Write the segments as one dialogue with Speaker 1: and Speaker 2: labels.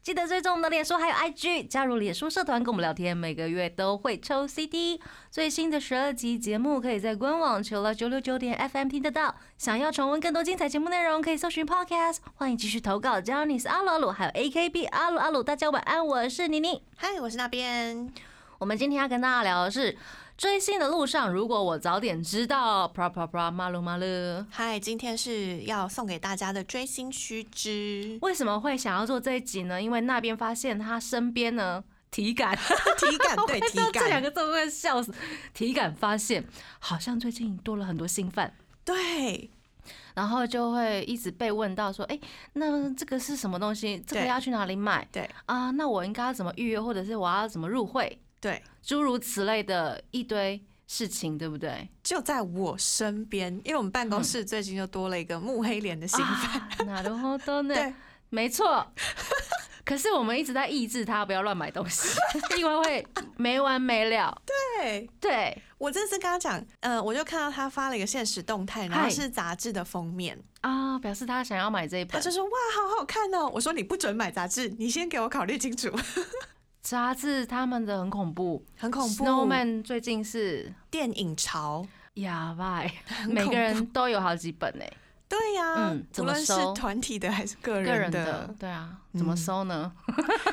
Speaker 1: 记得追踪我们的脸书还有 IG，加入脸书社团跟我们聊天，每个月都会抽 CD。最新的十二集节目可以在官网 Chillus 九六九点 FM 听得到。想要重温更多精彩节目内容，可以搜寻 Podcast。欢迎继续投稿 j o h n n y 阿鲁阿鲁，还有 AKB 阿鲁阿鲁。大家晚安，我是妮妮。
Speaker 2: 嗨，我是那边。
Speaker 1: 我们今天要跟大家聊的是追星的路上，如果我早点知道，pra pra pra，马鲁马鲁。。
Speaker 2: 嗨，今天是要送给大家的追星须知
Speaker 1: 为什么会想要做这一集呢？因为那边发现他身边呢体 感，
Speaker 2: 体 感对体
Speaker 1: 哎这两
Speaker 2: 感，
Speaker 1: 个字我会笑死。 体感发现好像最近多了很多新犯，
Speaker 2: 对
Speaker 1: 然后就会一直被问到说，哎、那这个是什么东西？这个
Speaker 2: 对
Speaker 1: 要去哪里买
Speaker 2: 对
Speaker 1: 啊？那我应该要怎么预约，或者是我要怎么入会？
Speaker 2: 对，
Speaker 1: 诸如此类的一堆事情，对不对？
Speaker 2: 就在我身边，因为我们办公室最近就多了一个木黑脸的新番。
Speaker 1: 啊， なるほどね。
Speaker 2: 对，
Speaker 1: 没错。可是我们一直在抑制他不要乱买东 西，因为会没完没了。
Speaker 2: 对
Speaker 1: 对
Speaker 2: 我这次跟他讲，呃，我就看到他发了一个现实动态，然后
Speaker 1: 嗨
Speaker 2: 是杂志的封面，
Speaker 1: 啊，表示他想要买这一
Speaker 2: 他
Speaker 1: 本
Speaker 2: 就说哇，好好看哦。我说你不准买杂志，你先给我考虑清楚，
Speaker 1: 杂志，他们的很恐怖。
Speaker 2: 很恐怖。
Speaker 1: Snowman 最近是
Speaker 2: 电影潮，
Speaker 1: 哑巴，欸
Speaker 2: 很
Speaker 1: 每
Speaker 2: 恐
Speaker 1: 个
Speaker 2: 怖
Speaker 1: 人都有好几本欸呢、
Speaker 2: 对呀、
Speaker 1: 嗯
Speaker 2: 无
Speaker 1: 怎么
Speaker 2: 论是
Speaker 1: 收
Speaker 2: 团体的还嗯是个
Speaker 1: 个人
Speaker 2: 人
Speaker 1: 的，对啊，怎么收呢？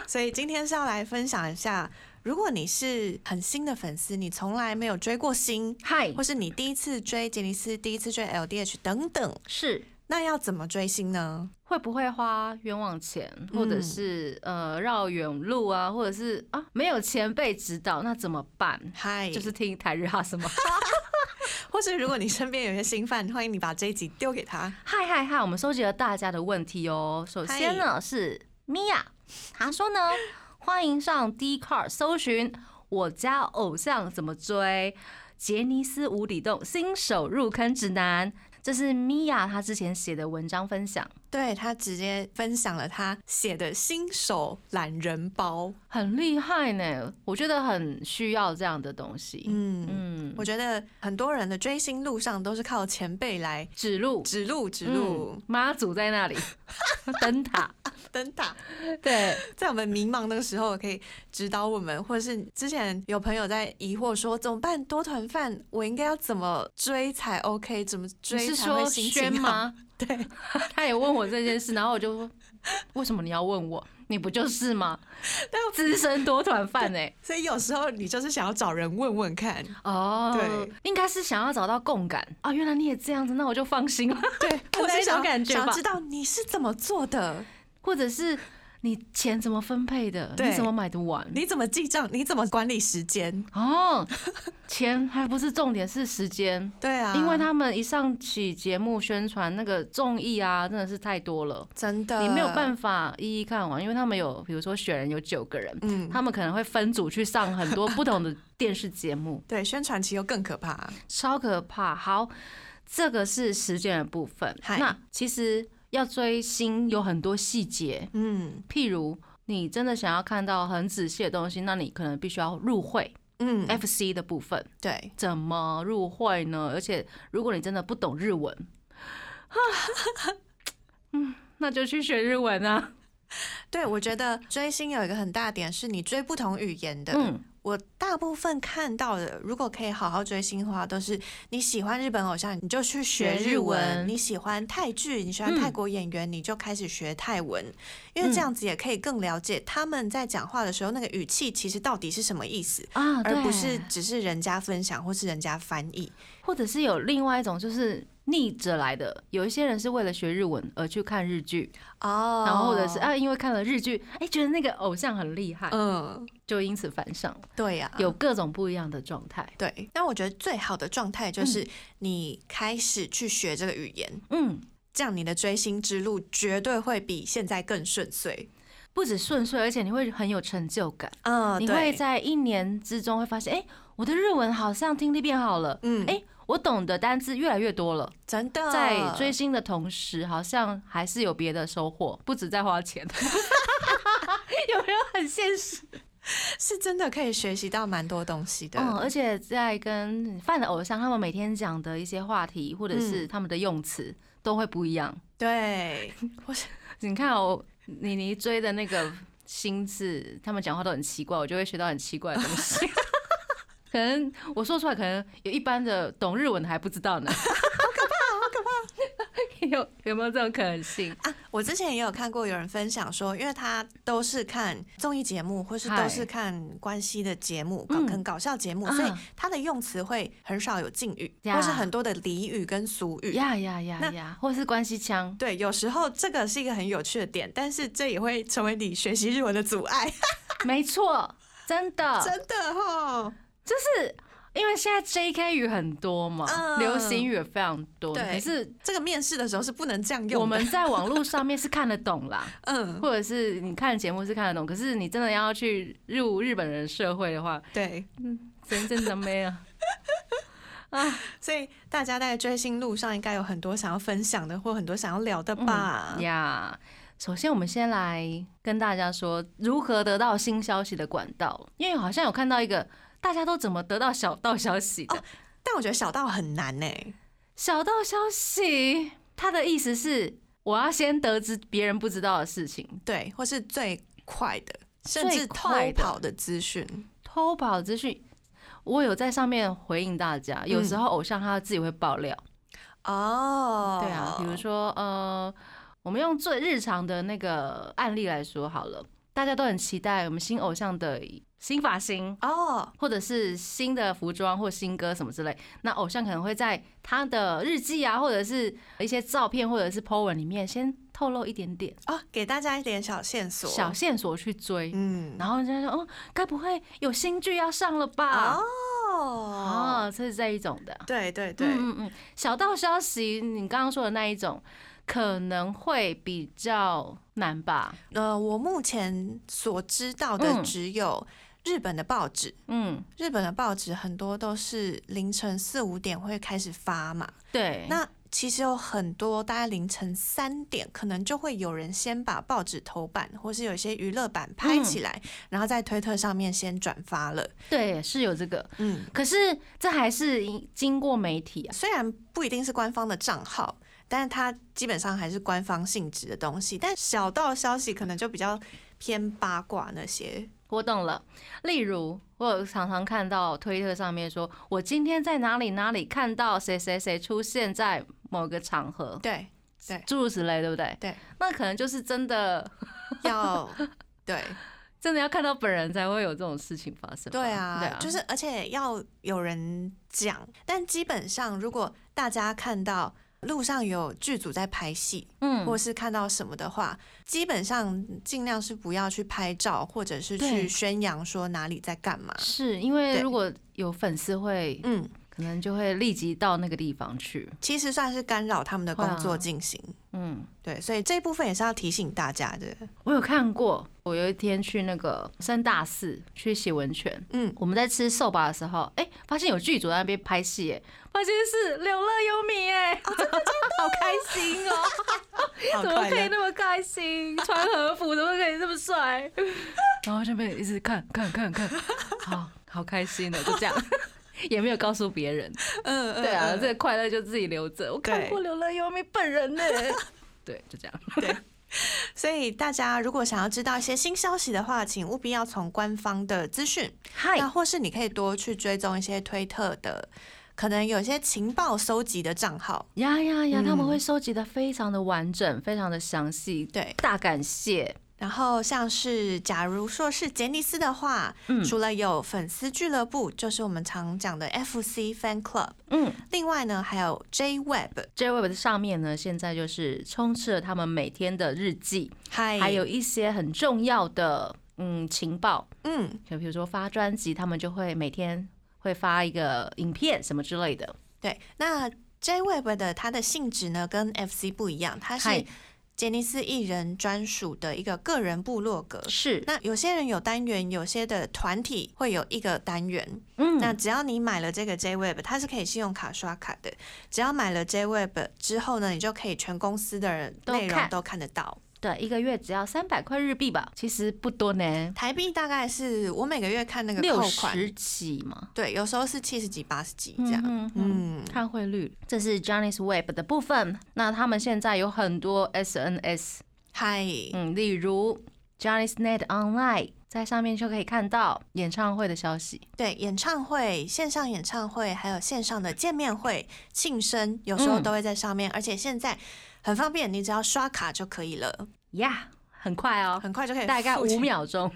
Speaker 2: 所以今天是要来分享一下，如果你是很新的粉丝，你从来没有追过星，
Speaker 1: 嗨、
Speaker 2: 或是你第一次追杰尼斯、第一次追 LDH 等等，
Speaker 1: 是
Speaker 2: 那要怎么追星呢？
Speaker 1: 会不会花冤枉钱，
Speaker 2: 嗯
Speaker 1: 或者是、呃绕远路啊，或者是啊没有前辈指导，那怎么办？
Speaker 2: 嗨，
Speaker 1: 就是听台日哈什么？
Speaker 2: 或是如果你身边有些新饭，欢迎你把这一集丢给他。
Speaker 1: 嗨嗨嗨！我们收集了大家的问题哦。首先呢是 Mia，她说呢，欢迎上 d c a r 搜寻我家偶像怎么追杰尼斯无底洞新手入坑指南。这是 Mia 她之前写的文章分享，
Speaker 2: 对他直接分享了他写的新手懒人包，
Speaker 1: 很厉害呢，我觉得很需要这样的东西。
Speaker 2: 嗯。
Speaker 1: 嗯，
Speaker 2: 我觉得很多人的追星路上都是靠前辈来
Speaker 1: 指路
Speaker 2: 指路、指路
Speaker 1: 嗯、妈祖在那 里灯塔，
Speaker 2: 灯塔，
Speaker 1: 对，
Speaker 2: 在我们迷茫的时候，可以指导我们，或者是之前有朋友在疑惑说怎么办多团饭，我应该要怎么追才 OK，怎么
Speaker 1: 你
Speaker 2: 追
Speaker 1: 是
Speaker 2: 才会
Speaker 1: 说
Speaker 2: 心
Speaker 1: 轩
Speaker 2: 情好？
Speaker 1: 吗？
Speaker 2: 对，
Speaker 1: 他也问我这件事，然后我就说：“为什么你要问我？你不就是 吗？资深多团饭哎、
Speaker 2: 所以有时候你就是想要找人问问看，
Speaker 1: 哦，
Speaker 2: 对，
Speaker 1: 应该是想要找到共感啊。原来你也这样子，那我就放心了。
Speaker 2: 对，
Speaker 1: 我
Speaker 2: 我
Speaker 1: 是
Speaker 2: 是
Speaker 1: 想
Speaker 2: 想
Speaker 1: 感觉
Speaker 2: 想
Speaker 1: 吧
Speaker 2: 要知道你是怎么做的，
Speaker 1: 或者是你钱怎么分配的？
Speaker 2: 对
Speaker 1: 你怎么买的完？
Speaker 2: 你怎么记账，你怎么管理时间？
Speaker 1: 哦，钱还不是重点，是时间。
Speaker 2: 对啊，
Speaker 1: 因为他们一上起节目宣传那个综艺啊，真的是太多了，
Speaker 2: 真的
Speaker 1: 你没有
Speaker 2: 法，
Speaker 1: 办法一一看完，因为他们有比如说选人有九个人，
Speaker 2: 嗯，
Speaker 1: 他们可能会分组去上很多不同的电视节 目。
Speaker 2: 对，宣传期又更可怕，
Speaker 1: 超可怕。好，这个是时间的部分。
Speaker 2: 嗨
Speaker 1: 那其实要追星有很多细节，
Speaker 2: 嗯
Speaker 1: 譬如你真的想要看到很仔细的东西，那你可能必须要入会
Speaker 2: 嗯，
Speaker 1: FC 的部分。
Speaker 2: 对，
Speaker 1: 怎么入会呢？而且如果你真的不懂日文， 啊嗯，那就去学日文啊。
Speaker 2: 对，我觉得追星有一个很大点是你追不同语言的，
Speaker 1: 嗯，
Speaker 2: 我大部分看到的，如果可以好好追星的话，都是你喜欢日本偶像，你就去学
Speaker 1: 学日
Speaker 2: 日文；
Speaker 1: 文嗯
Speaker 2: 你喜欢泰剧，你喜欢泰国演员，你就开始学泰文，因为这样子也可以更了解他们在讲话的时候那个语气其实到底是什么意思，
Speaker 1: 啊，
Speaker 2: 而
Speaker 1: 对
Speaker 2: 不
Speaker 1: 哦
Speaker 2: 是只是人家分享或是人家翻译。
Speaker 1: 或者是有另外一种就是逆着来的，有一些人是为了学日文而去看日剧，
Speaker 2: 哦
Speaker 1: 然后或者是，啊，因为看了日剧，哎、觉得那个偶像很厉害，
Speaker 2: 嗯，
Speaker 1: 就因此反上，
Speaker 2: 对呀、
Speaker 1: 有各种不一样的状态。
Speaker 2: 对。那我觉得最好的状态就是你开始去学这个语言。
Speaker 1: 嗯，
Speaker 2: 这样你的追星之路绝对会比现在更顺遂。
Speaker 1: 不止顺遂，而且你会很有成就感，
Speaker 2: 嗯
Speaker 1: 你会在一年之中会发现，哎、我的日文好像听力变好了，
Speaker 2: 嗯，
Speaker 1: 哎、我懂的单字越来越多了，
Speaker 2: 真的
Speaker 1: 在追星的同时，好像还是有别的收获，不止在花钱。 有没有很现实？
Speaker 2: 是真的可以学习到蛮多东西的。
Speaker 1: 嗯，而且在跟犯的偶像他们每天讲的一些话题，或者
Speaker 2: 嗯
Speaker 1: 是他们的用词、都会不一样。
Speaker 2: 对，我是
Speaker 1: 你看哦，妮妮追的那个心智，他们讲话都很奇怪，我就会学到很奇怪的东西。 可能我说出来，可能有一般的懂日文的还不知道呢。好 可怕，好可怕！ 有有没有这种可能性？
Speaker 2: 啊，我之前也有看过有人分享说，因为他都是看综艺节目，或是
Speaker 1: 嗨
Speaker 2: 都是看关系的节目，搞
Speaker 1: 嗯
Speaker 2: 跟搞笑节目，
Speaker 1: 啊
Speaker 2: 所以他的用词会很少有敬语，
Speaker 1: 呀
Speaker 2: 或是很多的俚语跟俗语。
Speaker 1: 呀呀呀
Speaker 2: 那
Speaker 1: 呀，或是关系腔。
Speaker 2: 对，有时候这个是一个很有趣的点，但是这也会成为你学习日文的阻碍，
Speaker 1: 没错，真的，
Speaker 2: 真的哈。
Speaker 1: 就是因为现在 JK 语很多嘛，
Speaker 2: 嗯
Speaker 1: 流行语也非常多，
Speaker 2: 对
Speaker 1: 可是
Speaker 2: 这个面试的时候是不能这样用的。
Speaker 1: 我们在网络上面是看得懂啦，
Speaker 2: 嗯，
Speaker 1: 或者是你看节目是看得懂，可是你真的要去入日本人社会的话，
Speaker 2: 对，
Speaker 1: 真正的 没啊。
Speaker 2: 所以大家在追星路上应该有很多想要分享的，或很多想要聊的吧？
Speaker 1: 嗯呀首先我们先来跟大家说如何得到新消息的管道，因为好像有看到一个大家都怎么得到小道消息
Speaker 2: 哦
Speaker 1: 的。
Speaker 2: 但我觉得小道很难欸呢、
Speaker 1: 小道消息，它的意思是我要先得知别人不知道的事情，
Speaker 2: 对，或是最快的，甚至
Speaker 1: 最
Speaker 2: 偷
Speaker 1: 快的
Speaker 2: 跑的资讯，
Speaker 1: 偷跑资讯。我有在上面回应大家，有
Speaker 2: 嗯
Speaker 1: 时候偶像他自己会爆料，
Speaker 2: 哦，
Speaker 1: 对啊，比如说呃，我们用最日常的那个案例来说好了，大家都很期待我们新偶像的新发型，
Speaker 2: 哦，
Speaker 1: 或者是新的服装或新歌什么之类。那偶像可能会在他的日记啊，或者是一些照片或者是 po 文里面先透露一点点
Speaker 2: 哦，给大家一点小线索，
Speaker 1: 小线索去追，
Speaker 2: 嗯，
Speaker 1: 然后人家说哦，该不会有新剧要上了吧？
Speaker 2: 哦，
Speaker 1: 哦，这是这一种的。
Speaker 2: 对对对，
Speaker 1: 嗯嗯嗯，小道消息，你刚刚说的那一种，可能会比较难吧？
Speaker 2: 呃，我目前所知道的
Speaker 1: 嗯
Speaker 2: 只有日本的报纸。
Speaker 1: 嗯，
Speaker 2: 日本的报纸很多都是凌晨四五点会开始发嘛，
Speaker 1: 对。
Speaker 2: 那其实有很多大概凌晨三点，可能就会有人先把报纸头版或是有一些娱乐版拍起来，然后在推特上面先转发了。
Speaker 1: 对是有这个，
Speaker 2: 嗯，
Speaker 1: 可是这还是经过媒体啊。
Speaker 2: 虽然不一定是官方的账号，但是它基本上还是官方性质的东西。但小道消息可能就比较偏八卦那些。
Speaker 1: 我懂了，例如我有常常看到推特上面说，我今天在哪里哪里看到谁谁谁出现在某个场合，
Speaker 2: 对，
Speaker 1: 诸如此类，对不对？
Speaker 2: 对，
Speaker 1: 那可能就是真的，
Speaker 2: 要对
Speaker 1: 真的要看到本人才会有这种事情发生吧。
Speaker 2: 对啊，
Speaker 1: 对啊，
Speaker 2: 就是而且要有人讲。但基本上，如果大家看到路上有剧组在拍戏，
Speaker 1: 嗯
Speaker 2: 或是看到什么的话，基本上尽量是不要去拍照，或者是
Speaker 1: 对
Speaker 2: 去宣扬说哪里在干嘛。
Speaker 1: 是因为
Speaker 2: 啊对
Speaker 1: 如果有粉丝会，
Speaker 2: 嗯，
Speaker 1: 可能就会立即到那个地方去。
Speaker 2: 其实算是干扰他们的工
Speaker 1: 会
Speaker 2: 作
Speaker 1: 啊
Speaker 2: 进行。
Speaker 1: 嗯，
Speaker 2: 对，所以这部分也是要提醒大家的。
Speaker 1: 我有看过，我有一天去那个深大寺去洗温泉，
Speaker 2: 嗯，
Speaker 1: 我们在吃寿吧的时候，哎、发现有剧组在那边拍戏，哎，发现是柳乐优弥，哎、
Speaker 2: 哦
Speaker 1: 好开心哦、
Speaker 2: 好
Speaker 1: 怎么
Speaker 2: 快
Speaker 1: 可以
Speaker 2: 乐。
Speaker 1: 那么开心？穿和服怎么可以这么 帅？然后这边一直看看看看，好好开心的， 就这样。 也没有告诉别人，
Speaker 2: 嗯，嗯
Speaker 1: 对啊，
Speaker 2: 嗯
Speaker 1: 这个快乐就自己留着。我看
Speaker 2: 对
Speaker 1: 过刘乐优弥本人 呢，对，就这样。
Speaker 2: 所以大家如果想要知道一些新消息的话，请务必要从官方的资讯，
Speaker 1: 嗨
Speaker 2: 那或是你可以多去追踪一些推特的，可能有一些情报搜集的账号。
Speaker 1: 呀呀呀，他们
Speaker 2: 嗯
Speaker 1: 会收集的非常的完整，非常的详细。
Speaker 2: 对，
Speaker 1: 大感谢，
Speaker 2: 然后像是假如说是杰尼斯的话，
Speaker 1: 嗯
Speaker 2: 除了有粉丝俱乐部，就是我们常讲的 FC Fan Club，
Speaker 1: 嗯
Speaker 2: 另外呢还有 J Web，
Speaker 1: j w e b 的上面呢，现在就是充斥了他们每天的日记，
Speaker 2: 嗨，
Speaker 1: 还有一些很重要的嗯情报，
Speaker 2: 嗯，
Speaker 1: 就比如说发专辑，他们就会每天会发一个影片什么之类的。
Speaker 2: 对，那 J Web 的它的性质呢跟 FC 不一样，它
Speaker 1: 嗨
Speaker 2: 是杰尼斯艺人专属的一个个人部落格。
Speaker 1: 是，
Speaker 2: 那有些人有单元，有些的团体会有一个单元，
Speaker 1: 嗯
Speaker 2: 那只要你买了这个 JWeb，它是可以信用卡刷卡的。只要买了 JWeb 之后呢，你就可以全公司的人
Speaker 1: 都
Speaker 2: 内容
Speaker 1: 看
Speaker 2: 都看得到。
Speaker 1: 对，一个月只要三百块日币吧，其实不多呢，
Speaker 2: 台币大概是我每个月看那个
Speaker 1: 六
Speaker 2: 扣款，
Speaker 1: 十几嘛，
Speaker 2: 对，有时候是七十几、八十几这样。
Speaker 1: 嗯
Speaker 2: 嗯
Speaker 1: 看汇率。这是 Johnny's Web 的部分，那他们现在有很多 SNS，
Speaker 2: 嗨、
Speaker 1: 嗯，例如 Johnny's Net Online，在上面就可以看到演唱会的消息。
Speaker 2: 对，演唱会、线上演唱会，还有线上的见面会、庆生，有时候
Speaker 1: 嗯
Speaker 2: 都会在上面，而且现在很方便，你只要刷卡就可以了，
Speaker 1: 呀、很快哦，
Speaker 2: 很快就可以，
Speaker 1: 大概五，秒 钟。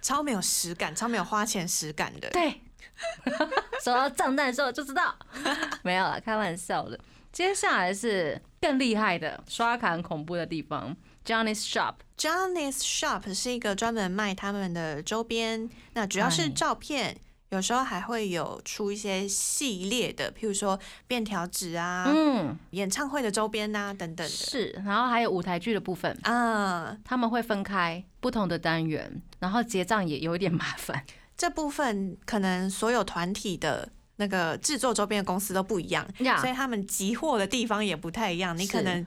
Speaker 2: 超没有实感，超没有花钱实感的。
Speaker 1: 对， 说到账单的时候就知道， 没有了，开玩笑的。接下来是更厉害的刷卡很恐怖的地方，Johnny's Shop。
Speaker 2: Johnny's Shop 是一个专门卖他们的周边，那主要
Speaker 1: 哎
Speaker 2: 是照片，有时候还会有出一些系列的，譬如说便条纸啊、
Speaker 1: 嗯，
Speaker 2: 演唱会的周边啊等等的。
Speaker 1: 是，然后还有舞台剧的部分，
Speaker 2: 啊、
Speaker 1: 他们会分开不同的单元，然后结账也有一点麻 烦。
Speaker 2: 这部分可能所有团体的那个制作周边的公司都不一样
Speaker 1: 呀
Speaker 2: 所以他们集货的地方也不太一样。你
Speaker 1: 是
Speaker 2: 可能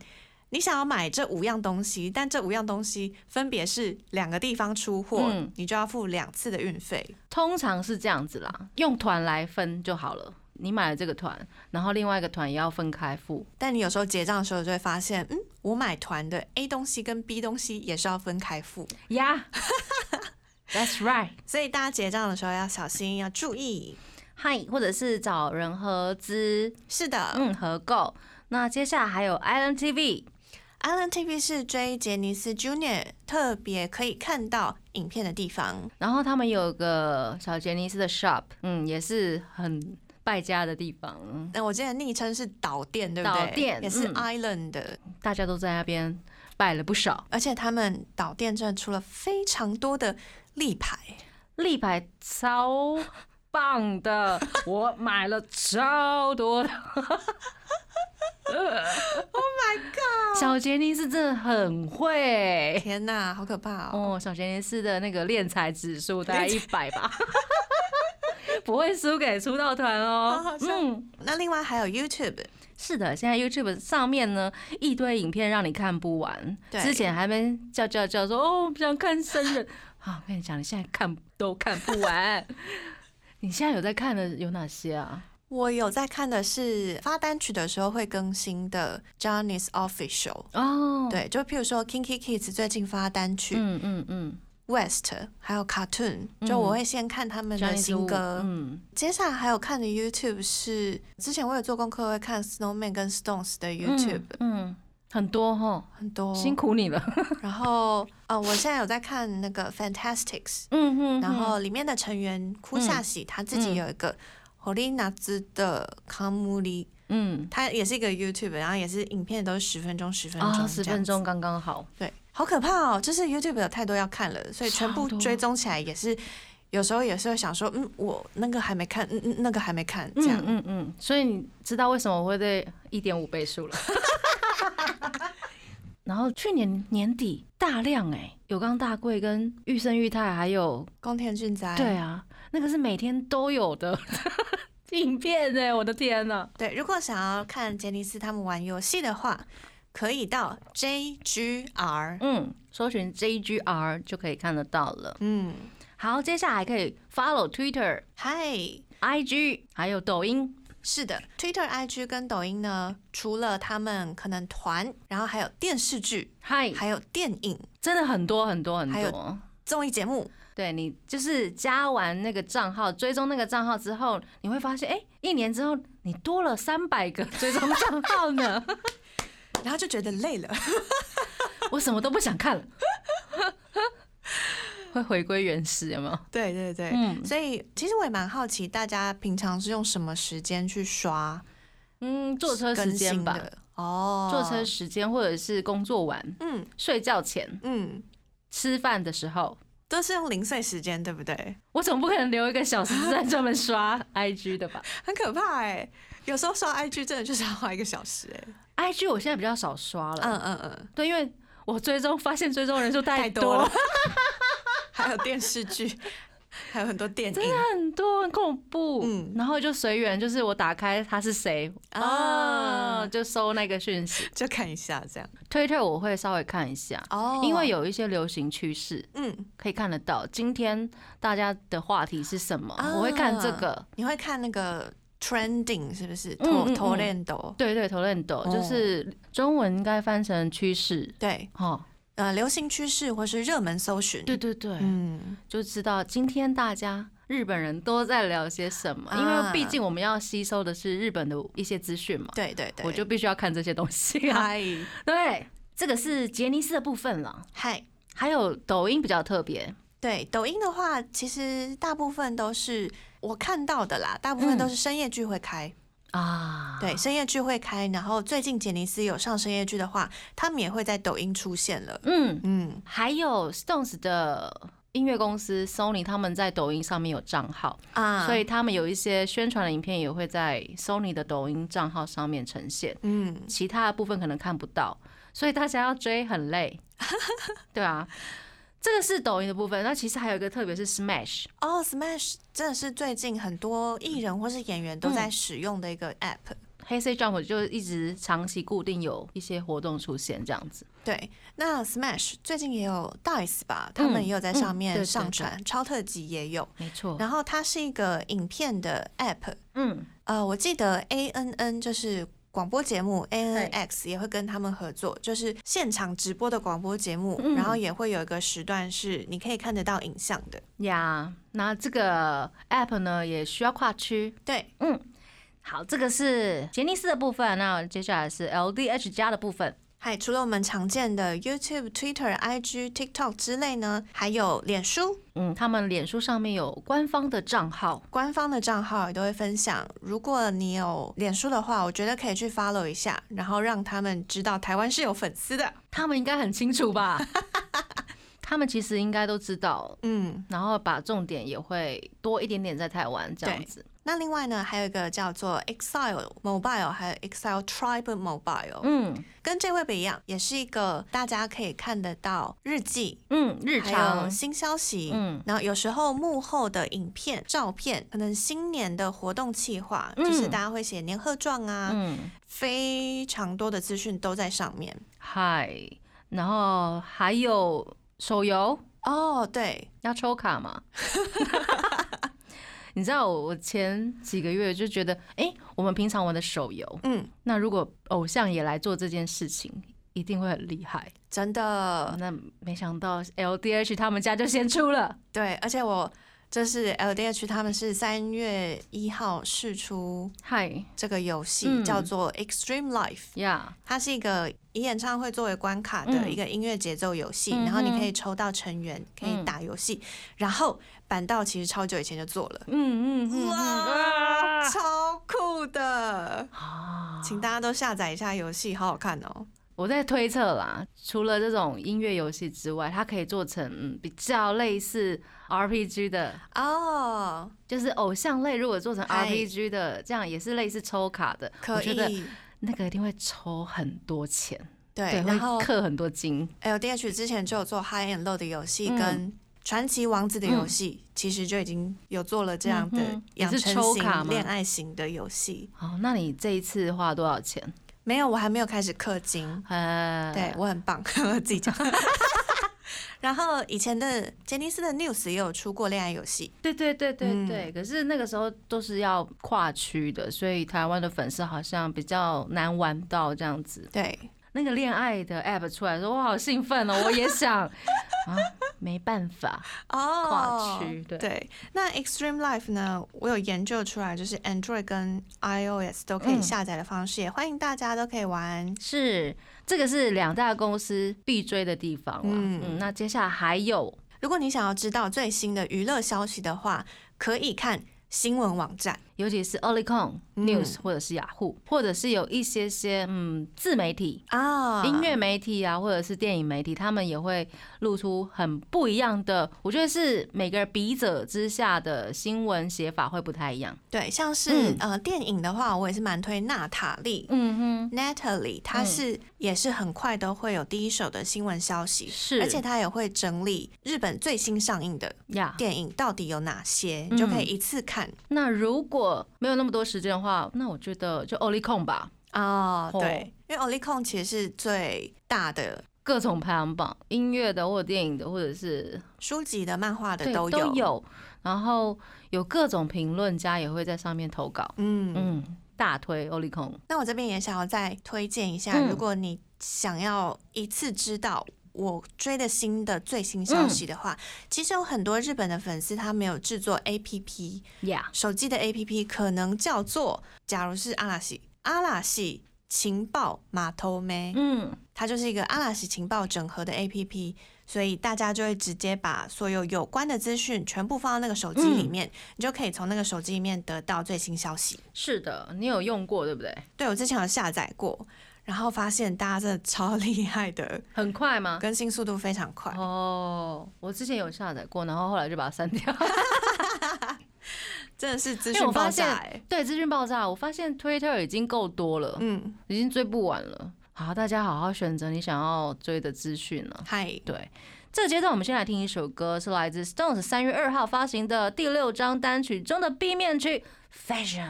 Speaker 2: 你想要买这五样东西，但这五样东西分别是两个地方出货，
Speaker 1: 嗯
Speaker 2: 你就要付两次的运费。
Speaker 1: 通常是这样子啦，用团来分就好了。你买了这个团，然后另外一个团也要分开付。
Speaker 2: 但你有时候结账的时候就会发现，嗯，我买团的 A 东西跟 B 东西也是要分开付，
Speaker 1: 呀、t h a t s right。
Speaker 2: 所以大家结账的时候要小心，要注意。
Speaker 1: 嗨，或者是找人合资，
Speaker 2: 是的、
Speaker 1: 嗯，合购。那接下来还有 Island TV，
Speaker 2: i s l a n d TV 是追杰尼斯 Junior 特别可以看到影片的地方。
Speaker 1: 然后他们有个小杰尼斯的 shop，嗯，也是很败家的地方，
Speaker 2: 那我记得昵称是岛店，对不对？
Speaker 1: 岛店
Speaker 2: 也是
Speaker 1: 嗯
Speaker 2: Island 的，
Speaker 1: 大家都在那边败了不少。
Speaker 2: 而且他们岛店真的出了非常多的立牌，
Speaker 1: 立牌超棒的，我买了超 多的。oh my
Speaker 2: Oh
Speaker 1: god！小杰尼斯真的很会
Speaker 2: 天哪，好可怕哦！
Speaker 1: 哦，小杰尼斯的那个练财指数大概一百吧， 不会输给出道团
Speaker 2: 好
Speaker 1: 哦
Speaker 2: 好。笑
Speaker 1: 嗯，
Speaker 2: 那另外还有 YouTube，
Speaker 1: 是的，现在 YouTube 上面呢一堆影片让你看不完，
Speaker 2: 对
Speaker 1: 之前还没叫叫叫说哦不想看生人 啊，我跟你讲，你现在看都看不 完。你现在有在看的有哪些啊？
Speaker 2: 我有在看的是发单曲的时候会更新的 Johnny's Official，
Speaker 1: 哦，，
Speaker 2: 对，就譬如说 Kinky Kids 最近发单曲、
Speaker 1: 嗯嗯嗯，
Speaker 2: West，还有 Cartoon，就我会先看他们的新歌，
Speaker 1: 嗯，
Speaker 2: 接下来还有看的 YouTube 是之前我有做功课会看 Snowman 跟 Stones 的 YouTube，、哦
Speaker 1: 嗯，嗯很多哈，
Speaker 2: 很多
Speaker 1: 辛苦你了。
Speaker 2: 然后呃，我现在有在看那个 Fantastics，
Speaker 1: 嗯哼 嗯
Speaker 2: 然后里面的成员哭夏喜他自己有一个 Holina 兹的康姆里，
Speaker 1: 嗯，
Speaker 2: 他也是一个 YouTube，然后也是影片都是十分钟、十分钟、
Speaker 1: 啊，十分，钟刚刚好。
Speaker 2: 对，好可怕哦！就是 YouTube 有太多要看了，所以全部
Speaker 1: 超多
Speaker 2: 追踪起来也是。有时候也是会想说，嗯，我那个还没看，嗯嗯，那个还没看，这样、
Speaker 1: 嗯嗯嗯，所以你知道为什么我会对一点五倍 数了。然后去年年底大量哎、有冈大贵跟玉生裕太，还有
Speaker 2: 宫田俊哉，
Speaker 1: 对啊，那个是每天都有的 影片哎、我的天呐、
Speaker 2: 对，如果想要看杰尼斯他们玩游戏的话，可以到 JGR，
Speaker 1: 嗯，搜寻 JGR 就可以看得到了。
Speaker 2: 嗯，
Speaker 1: 好，接下来可以 follow Twitter、
Speaker 2: 嗨。
Speaker 1: IG 还有抖音。
Speaker 2: 是的，Twitter、IG 跟抖音呢，除了他们可能团，然后还有电视剧，
Speaker 1: 嗨，
Speaker 2: 还有电影、
Speaker 1: 真的很多很多很
Speaker 2: 还
Speaker 1: 多
Speaker 2: 有。综艺节目，
Speaker 1: 对你就是加完那个账号，追踪那个账号之后，你会发现，哎、一年之后你多了三百个追踪账号呢。
Speaker 2: 然后就觉得累了。
Speaker 1: 我什么都不想看了，会回归原始，有没有？
Speaker 2: 对对对，
Speaker 1: 嗯
Speaker 2: 所以其实我也蛮好奇，大家平常是用什么时间去刷
Speaker 1: 嗯，坐车时
Speaker 2: 更
Speaker 1: 间
Speaker 2: 新
Speaker 1: 吧，
Speaker 2: 的？哦，
Speaker 1: 坐车，时间或者是工作完、
Speaker 2: 嗯
Speaker 1: 睡觉前、
Speaker 2: 嗯，
Speaker 1: 吃饭的时候，
Speaker 2: 都是用零碎时间，对不对？
Speaker 1: 我总不可能留一个小时是在专门刷 IG 的吧
Speaker 2: 很可怕哎、有时候刷 IG 真的就是要花一个小时哎、
Speaker 1: ？IG 我现在比较少刷了，
Speaker 2: 嗯嗯嗯，
Speaker 1: 对，因为我追踪发现追踪人数
Speaker 2: 太
Speaker 1: 太
Speaker 2: 多
Speaker 1: 多
Speaker 2: 了，还有电视剧， 还有很多电影。
Speaker 1: 啊很多很恐怖，
Speaker 2: 嗯
Speaker 1: 嗯然后就随缘，就是我打开他是谁
Speaker 2: 啊
Speaker 1: 后呃就收那个讯息。
Speaker 2: 就看一下这样。
Speaker 1: 推特我会稍微看一下，
Speaker 2: 哦
Speaker 1: 因为有一些流行趋势
Speaker 2: 嗯，
Speaker 1: 可以看得到，今天大家的话题是什么，
Speaker 2: 啊
Speaker 1: 我会看这个。
Speaker 2: 你会看那个 trending 是不是？
Speaker 1: 嗯
Speaker 2: 头
Speaker 1: 嗯
Speaker 2: 头
Speaker 1: 嗯
Speaker 2: 链斗
Speaker 1: 对对 t o l e n d o
Speaker 2: 哦
Speaker 1: 就是中文应该翻成趋势
Speaker 2: 对，
Speaker 1: 哦。
Speaker 2: 呃，流行趋势或是热门搜寻。
Speaker 1: 对对对，
Speaker 2: 嗯，
Speaker 1: 就知道今天大家日本人都在聊些什么，因为
Speaker 2: 啊
Speaker 1: 毕竟我们要吸收的是日本的一些资讯嘛，
Speaker 2: 对对对，
Speaker 1: 我就必须要看这些东西啊。
Speaker 2: 嗨
Speaker 1: 对，这个是杰尼斯的部分了，
Speaker 2: 嗨。
Speaker 1: 还有抖音比较特别，
Speaker 2: 对抖音的话，其实大部分都是我看到的啦，大部
Speaker 1: 嗯
Speaker 2: 分都是深夜聚会开。
Speaker 1: 啊，
Speaker 2: 对，深夜剧会开，然后最近杰尼斯有上深夜剧的话，他们也会在抖音出现了。
Speaker 1: 嗯，
Speaker 2: 嗯，
Speaker 1: 还有 Stones 的音乐公司 Sony，他们在抖音上面有账号，
Speaker 2: 啊
Speaker 1: 所以他们有一些宣传的影片也会在 Sony 的抖音账号上面呈现，
Speaker 2: 嗯，
Speaker 1: 其他的部分可能看不到，所以大家要追很 累，对啊。这个是抖音的部分，那其实还有一个，特别是 Smash，
Speaker 2: 哦，Smash 真的是最近很多
Speaker 1: 嗯
Speaker 2: 艺人或是演员都在使用的一个 app。
Speaker 1: 黑 C Jump 就一直长期固定有一些活动出现这样子。
Speaker 2: 对，那 Smash 最近也有 Dice 吧，他们也有在
Speaker 1: 嗯
Speaker 2: 上
Speaker 1: 对哦
Speaker 2: 面
Speaker 1: 对
Speaker 2: 上
Speaker 1: 对
Speaker 2: 传，超特辑也有。
Speaker 1: 没错，
Speaker 2: 然后它是一个影片的 app，
Speaker 1: 嗯，
Speaker 2: 呃，我记得 A N N 就是广播节目 A
Speaker 1: 对
Speaker 2: N X 也会跟他们合作，就是现场直播的广播节目，
Speaker 1: 嗯
Speaker 2: 然后也会有一个时段是你可以看得到影像的。
Speaker 1: 呀，那这个 App 呢也需要跨区。
Speaker 2: 对，
Speaker 1: 嗯好，这个是杰尼斯的部分，那接下来是 LDH 加的部分。
Speaker 2: 还除了我们常见的 YouTube、Twitter、IG、TikTok 之类呢，还有脸书
Speaker 1: 嗯，他们脸书上面有官方的账号，
Speaker 2: 官方的账号也都会分享。如果你有脸书的话，我觉得可以去 follow 一下，然后让他们知道台湾是有粉丝的。
Speaker 1: 他们应该很清楚 吧？他们其实应该都知道，
Speaker 2: 嗯，
Speaker 1: 然后把重点也会多一点点在台湾这样子。
Speaker 2: 那另外呢，还有一个叫做 Exile Mobile，还有 Exile Tribe Mobile。
Speaker 1: 嗯
Speaker 2: 跟这位不一样，也是一个大家可以看得到日记、
Speaker 1: 嗯，日
Speaker 2: 还有
Speaker 1: 常
Speaker 2: 新消息，
Speaker 1: 嗯
Speaker 2: 然后有时候幕后的影片、照片，可能新年的活动计划，就是
Speaker 1: 嗯
Speaker 2: 大家会写年贺状啊，
Speaker 1: 嗯
Speaker 2: 非常多的资讯都在上面。
Speaker 1: 嗨，然后还有手游
Speaker 2: 哦，对，
Speaker 1: 要抽卡嘛？你知道我我前几个月就觉得，哎、我们平常玩的手游，
Speaker 2: 嗯，
Speaker 1: 那如果偶像也来做这件事情，一定会很厉害。
Speaker 2: 真的，
Speaker 1: 那没想到 LDH 他们家就先出了，
Speaker 2: 对，而且我这是 LDH 他们是三月一号试出
Speaker 1: 嗨
Speaker 2: 这个游戏，
Speaker 1: 嗯
Speaker 2: 叫做 Extreme Life。
Speaker 1: 呀，
Speaker 2: 它是一个以演唱会作为关卡的
Speaker 1: 嗯
Speaker 2: 一个音乐节奏游戏，
Speaker 1: 嗯哼嗯
Speaker 2: 然后你可以抽到成员，可以打游戏。然后板道其实超久以前就做了，
Speaker 1: 嗯嗯嗯嗯
Speaker 2: 哇，
Speaker 1: 啊
Speaker 2: 超酷的！
Speaker 1: 啊！
Speaker 2: 请大家都下载一下游戏，好好看哦。
Speaker 1: 我在推测啦，除了这种音乐游戏之外，它可以做成嗯比较类似 RPG 的，
Speaker 2: 哦，
Speaker 1: 就是偶像类。如果做成
Speaker 2: 嗨
Speaker 1: RPG 的，这样也是类似抽卡的，我
Speaker 2: 可
Speaker 1: 觉得
Speaker 2: 以。
Speaker 1: 那个一定会抽很多钱，
Speaker 2: 对，
Speaker 1: 对，
Speaker 2: 然后
Speaker 1: 会氪很多金。
Speaker 2: LDH 之前就有做 High and Low 的游戏
Speaker 1: 嗯
Speaker 2: 跟。传奇王子的游戏、其实就已经有做了这样的
Speaker 1: 嗯哼
Speaker 2: 养
Speaker 1: 你是
Speaker 2: 成
Speaker 1: 抽卡吗
Speaker 2: 型、恋爱型的游戏，
Speaker 1: 哦，那你这一次花多少钱？
Speaker 2: 没有，我还没有开始氪金。
Speaker 1: 呃，
Speaker 2: 对我很棒， 我自己讲。然后以前的杰尼斯的 News 也有出过恋爱游戏，
Speaker 1: 对对对对
Speaker 2: 嗯
Speaker 1: 对，可是那个时候都是要跨区的，所以台湾的粉丝好像比较难玩到这样子。
Speaker 2: 对，
Speaker 1: 那个恋爱的 app 出来的时候，我好兴奋哦，我也 想啊，没办法，
Speaker 2: 哦
Speaker 1: 跨区对
Speaker 2: 那 Extreme Life 呢，我有研究出来，就是 Android 跟 iOS 都可以
Speaker 1: 嗯
Speaker 2: 下载的方式，也欢迎大家都可以玩。
Speaker 1: 是这个是两大公司必追的地方啦。嗯
Speaker 2: 嗯
Speaker 1: 那接下来还有
Speaker 2: 如果你想要知道最新的娱乐消息的话，可以看新闻网站。
Speaker 1: 尤其是 Olicon
Speaker 2: 嗯
Speaker 1: News 或者是雅虎，或者是有一些些嗯自媒体。
Speaker 2: 啊，
Speaker 1: 音乐媒体啊，或者是电影媒体，他们也会露出很不一样的。我觉得是每个笔者之下的新闻写法会不太一样。
Speaker 2: 对，像是、
Speaker 1: 嗯
Speaker 2: 呃电影的话，我也是蛮推娜塔莉
Speaker 1: 嗯
Speaker 2: Natalie，她是、也是很快都会有第一手的新闻消息，
Speaker 1: 是
Speaker 2: 而且她也会整理日本最新上映的
Speaker 1: 哼，呀、
Speaker 2: 电影到底有哪些，
Speaker 1: 嗯
Speaker 2: 你就可以一次看
Speaker 1: 那如果没有那么多时间的话，那我觉得就 Olicon 吧。
Speaker 2: 哦，
Speaker 1: 哦
Speaker 2: 对，因为 Olicon 其实是最大的
Speaker 1: 各种排行榜，音乐的或者电影的，或者是
Speaker 2: 书籍的、漫画的
Speaker 1: 对
Speaker 2: 都有，
Speaker 1: 都有，然后有各种评论家也会在上面投稿。
Speaker 2: 嗯
Speaker 1: 嗯，大推 o l i c o n
Speaker 2: 那我这边也想要再推荐一下，
Speaker 1: 嗯
Speaker 2: 如果你想要一次知道。我追的新的最新消息的话，其实有很多日本的粉丝他没有制作 A P P，
Speaker 1: Yeah，
Speaker 2: 手机的 A P P 可能叫做，假如是阿拉西，阿拉西情报码头妹，
Speaker 1: 嗯，
Speaker 2: 它就是一个阿拉西情报整合的 A P P，所以大家就会直接把所有有关的资讯全部放到那个手机里面，
Speaker 1: 嗯
Speaker 2: 你就可以从那个手机里面得到最新消息。
Speaker 1: 是的，你有用过对不对？
Speaker 2: 对我之前有下载过，然后发现大家真的超厉害的，
Speaker 1: 很快吗？
Speaker 2: 更新速度非常快。
Speaker 1: 嗯哦，我之前有下载过，然后后来就把它删掉。
Speaker 2: 真的是资
Speaker 1: 因为我
Speaker 2: 讯
Speaker 1: 发
Speaker 2: 爆炸、
Speaker 1: 现
Speaker 2: 欸。
Speaker 1: 对，资讯爆炸，我发现 Twitter 已经够多了，
Speaker 2: 嗯，
Speaker 1: 已经追不完了。好，大家好好选择你想要追的资讯了。
Speaker 2: 嗨，
Speaker 1: 对，这个阶段我们先来听一首歌，是来自 Stones 三月二号发行的第六张单曲中的 B 面曲《Fashion》。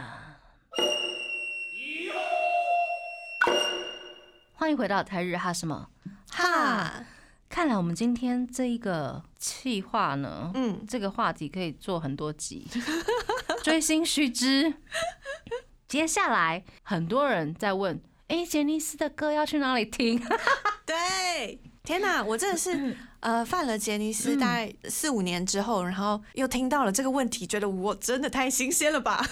Speaker 1: 欢迎回到台日哈什么？
Speaker 2: 哈，
Speaker 1: 看来我们今天这一个气话呢，
Speaker 2: 嗯，
Speaker 1: 这个话题可以做很多集，追星须知。接下来很多人在问，哎、杰尼斯的歌要去哪里听？
Speaker 2: 对。天哪，我真的
Speaker 1: 嗯
Speaker 2: 是呃犯了杰尼斯大概四五年之后，然后又听到了这个问题，觉得我真的太新鲜 了吧？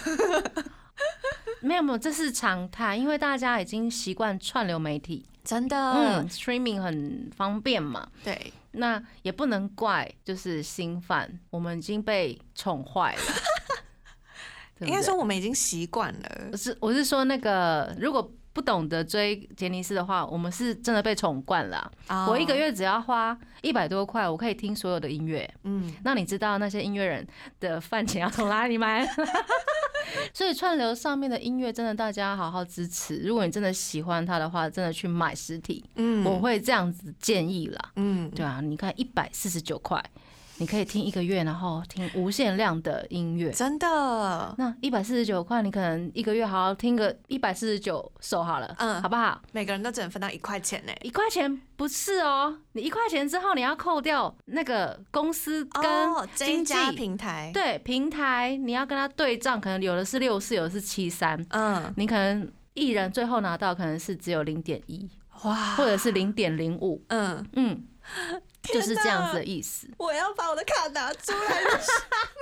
Speaker 1: 没有没有，这是常态，因为大家已经习惯串流媒体，
Speaker 2: 真的，
Speaker 1: 嗯，streaming 很方便嘛。
Speaker 2: 对，
Speaker 1: 那也不能怪就是新犯，我们已经被宠坏 了。对不对
Speaker 2: 应该说我们已经习惯了
Speaker 1: 我。是我是说那个，如果不懂得追杰尼斯的话，我们是真的被宠惯了啊、我一个
Speaker 2: 月，
Speaker 1: 月只要花一百多块，我可以听所有的音乐。
Speaker 2: 嗯，
Speaker 1: 那你知道那些音乐人的饭钱要从哪里买？ 所以串流上面的音乐真的大家好好支持。如果你真的喜欢它的话，真的去买实体，
Speaker 2: 嗯
Speaker 1: 我，会这样子建议啦。
Speaker 2: 嗯，
Speaker 1: 对啊，你看一百四十九块，你可以听一个月，然后听无限量的音乐。
Speaker 2: 真的，
Speaker 1: 那一百四十九块，你可能一个月好好听个一百四十九首好了，
Speaker 2: 嗯
Speaker 1: 好不好？
Speaker 2: 每个人都只能分到一块钱呢。
Speaker 1: 一块钱不是哦，你一块钱之后你要扣掉那个公司
Speaker 2: 哦
Speaker 1: 跟
Speaker 2: 这
Speaker 1: 经
Speaker 2: 一
Speaker 1: 济、
Speaker 2: 家平台，
Speaker 1: 对平台，你要跟他对账，可能有的是六四，有的是七三，
Speaker 2: 嗯，
Speaker 1: 你可能艺人最后拿到可能是只有零点一，
Speaker 2: 哇，
Speaker 1: 或者是零点零五，
Speaker 2: 嗯，
Speaker 1: 嗯，就是这样子的
Speaker 2: 天哪。
Speaker 1: 意思，
Speaker 2: 我要把我的卡拿 出来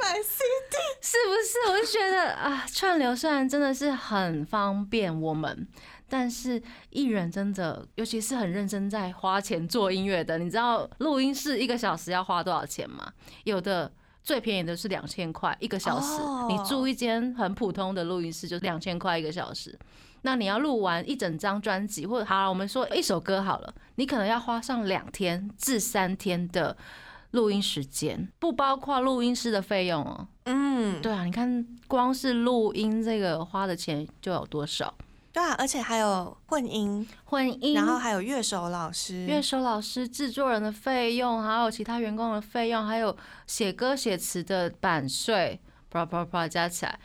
Speaker 2: 买 CD。
Speaker 1: 是不是？我就觉得啊，串流虽然真的是很方便我们。但是艺人真的，尤其是很认真在花钱做音乐的，你知道录音室一个小时要花多少钱吗？有的最便宜的是两千块一个小时，
Speaker 2: 哦
Speaker 1: 你住一间很普通的录音室就两千块一个小时。那你要录完一整张专辑，或者好了，我们说一首歌好了，你可能要花上两天至三天的录音时间，不包括录音师的费用哦、
Speaker 2: 嗯，
Speaker 1: 对啊，你看光是录音这个花的钱就有多少？
Speaker 2: 对啊，而且还有混音，
Speaker 1: 混音，
Speaker 2: 然后还有乐手老师，
Speaker 1: 乐手老师、制作人的费用，还有其他员工的费用，还有写歌写词的版税，啪啪啪加起来，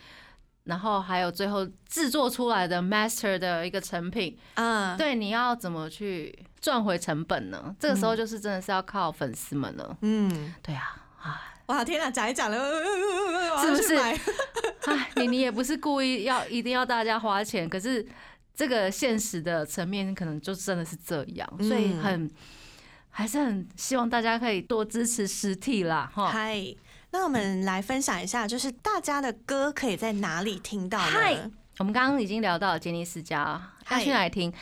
Speaker 1: 然后还有最后制作出来的 master 的一个成品，
Speaker 2: 嗯，
Speaker 1: 对，你要怎么去赚回成本呢？这个时候就是真的是要靠粉丝们了。
Speaker 2: 嗯，
Speaker 1: 对啊，唉
Speaker 2: 哇，天哪，讲一讲了，呃呃呃
Speaker 1: 是不是？
Speaker 2: 呃我要去买
Speaker 1: 唉，你你也不是故意要一定要大家花钱，可是这个现实的层面可能就真的是这样，所以
Speaker 2: 嗯
Speaker 1: 很还是很希望大家可以多支持实体啦，哈。
Speaker 2: 嗨，那我们来分享一下，就是大家的歌可以在哪里听到
Speaker 1: 嗨
Speaker 2: 呢？
Speaker 1: 我们刚刚已经聊到杰尼斯家，要
Speaker 2: 嗨
Speaker 1: 去哪里听？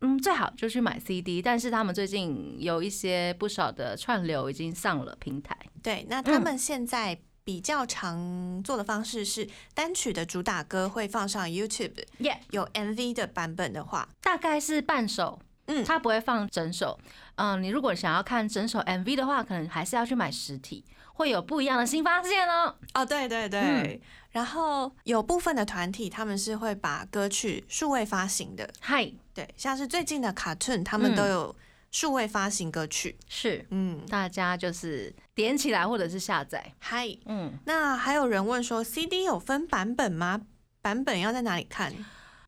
Speaker 1: 嗯，最好就去买 CD，但是他们最近有一些不少的串流已经上了平台，
Speaker 2: 对，那他们现在比较常做的方式是，单曲的主打歌会放上 YouTube，
Speaker 1: 耶、
Speaker 2: 有 MV 的版本的话，
Speaker 1: 大概是半首，
Speaker 2: 嗯
Speaker 1: 它不会放整首。嗯，你如果想要看整首 MV 的话，可能还是要去买实体，会有不一样的新发现哦。
Speaker 2: 哦，对对对，
Speaker 1: 嗯
Speaker 2: 然后有部分的团体他们是会把歌曲数位发行的，
Speaker 1: 嗨，
Speaker 2: 对，像是最近的 Cartoon 他们
Speaker 1: 嗯
Speaker 2: 都有数位发行歌曲，
Speaker 1: 是
Speaker 2: 嗯，
Speaker 1: 大家就是点起来或者是下载，
Speaker 2: 嗨、
Speaker 1: 嗯，
Speaker 2: 那还有人问说 CD 有分版本吗？版本要在哪里看？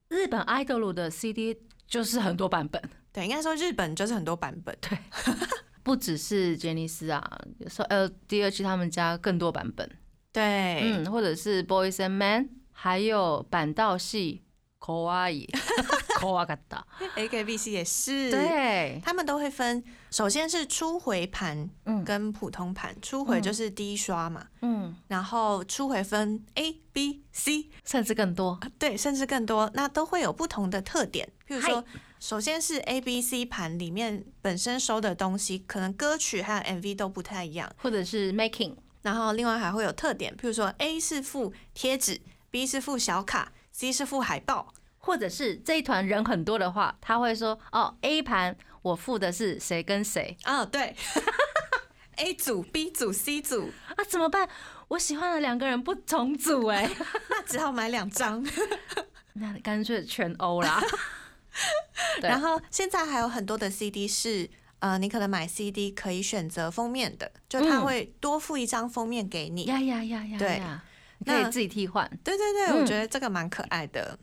Speaker 1: 日本 idol 的 CD 就是很多版本，
Speaker 2: 对，应该说日本就是很多版本，
Speaker 1: 不只是杰尼斯啊，有时候 LDH 他们家更多版本，
Speaker 2: 对，
Speaker 1: 嗯，或者是 Boys and Men，还有板道系 k o a i k o a g a t a
Speaker 2: a k b 系也 是，，
Speaker 1: 对，
Speaker 2: 他们都会分，首先是初回盘
Speaker 1: 嗯
Speaker 2: 跟普通盘，初回就是第一刷嘛，
Speaker 1: 嗯，
Speaker 2: 然后初回分 A、B、C，呃
Speaker 1: 甚至更多，
Speaker 2: 对，甚至更多，那都会有不同的特点。譬如说
Speaker 1: 嗨，
Speaker 2: 首先是 A、B、C 盘里面本身收的东西，可能歌曲还有 MV 都不太一样。
Speaker 1: 或者是 Making，
Speaker 2: 然后另外还会有特点，譬如说 A 是附贴纸，B 是附小卡，C 是附海报。
Speaker 1: 或者是这一团人很多的话，他会说哦 A 盘我付的是谁跟谁
Speaker 2: 啊、对 ，A 组、B 组、C 组，
Speaker 1: 啊，怎么办？我喜欢的两个人不同组哎、
Speaker 2: 那只好买两张。
Speaker 1: 那干脆全欧 啦。对
Speaker 2: 然后现在还有很多的 CD 是，呃，你可能买 CD 可以选择封面的，就它
Speaker 1: 嗯
Speaker 2: 会多附一张封面给你。
Speaker 1: 呀呀呀呀
Speaker 2: 对
Speaker 1: 呀！你可以
Speaker 2: 那
Speaker 1: 自己替换，
Speaker 2: 对对对，
Speaker 1: 嗯
Speaker 2: 我觉得这个蛮可爱的。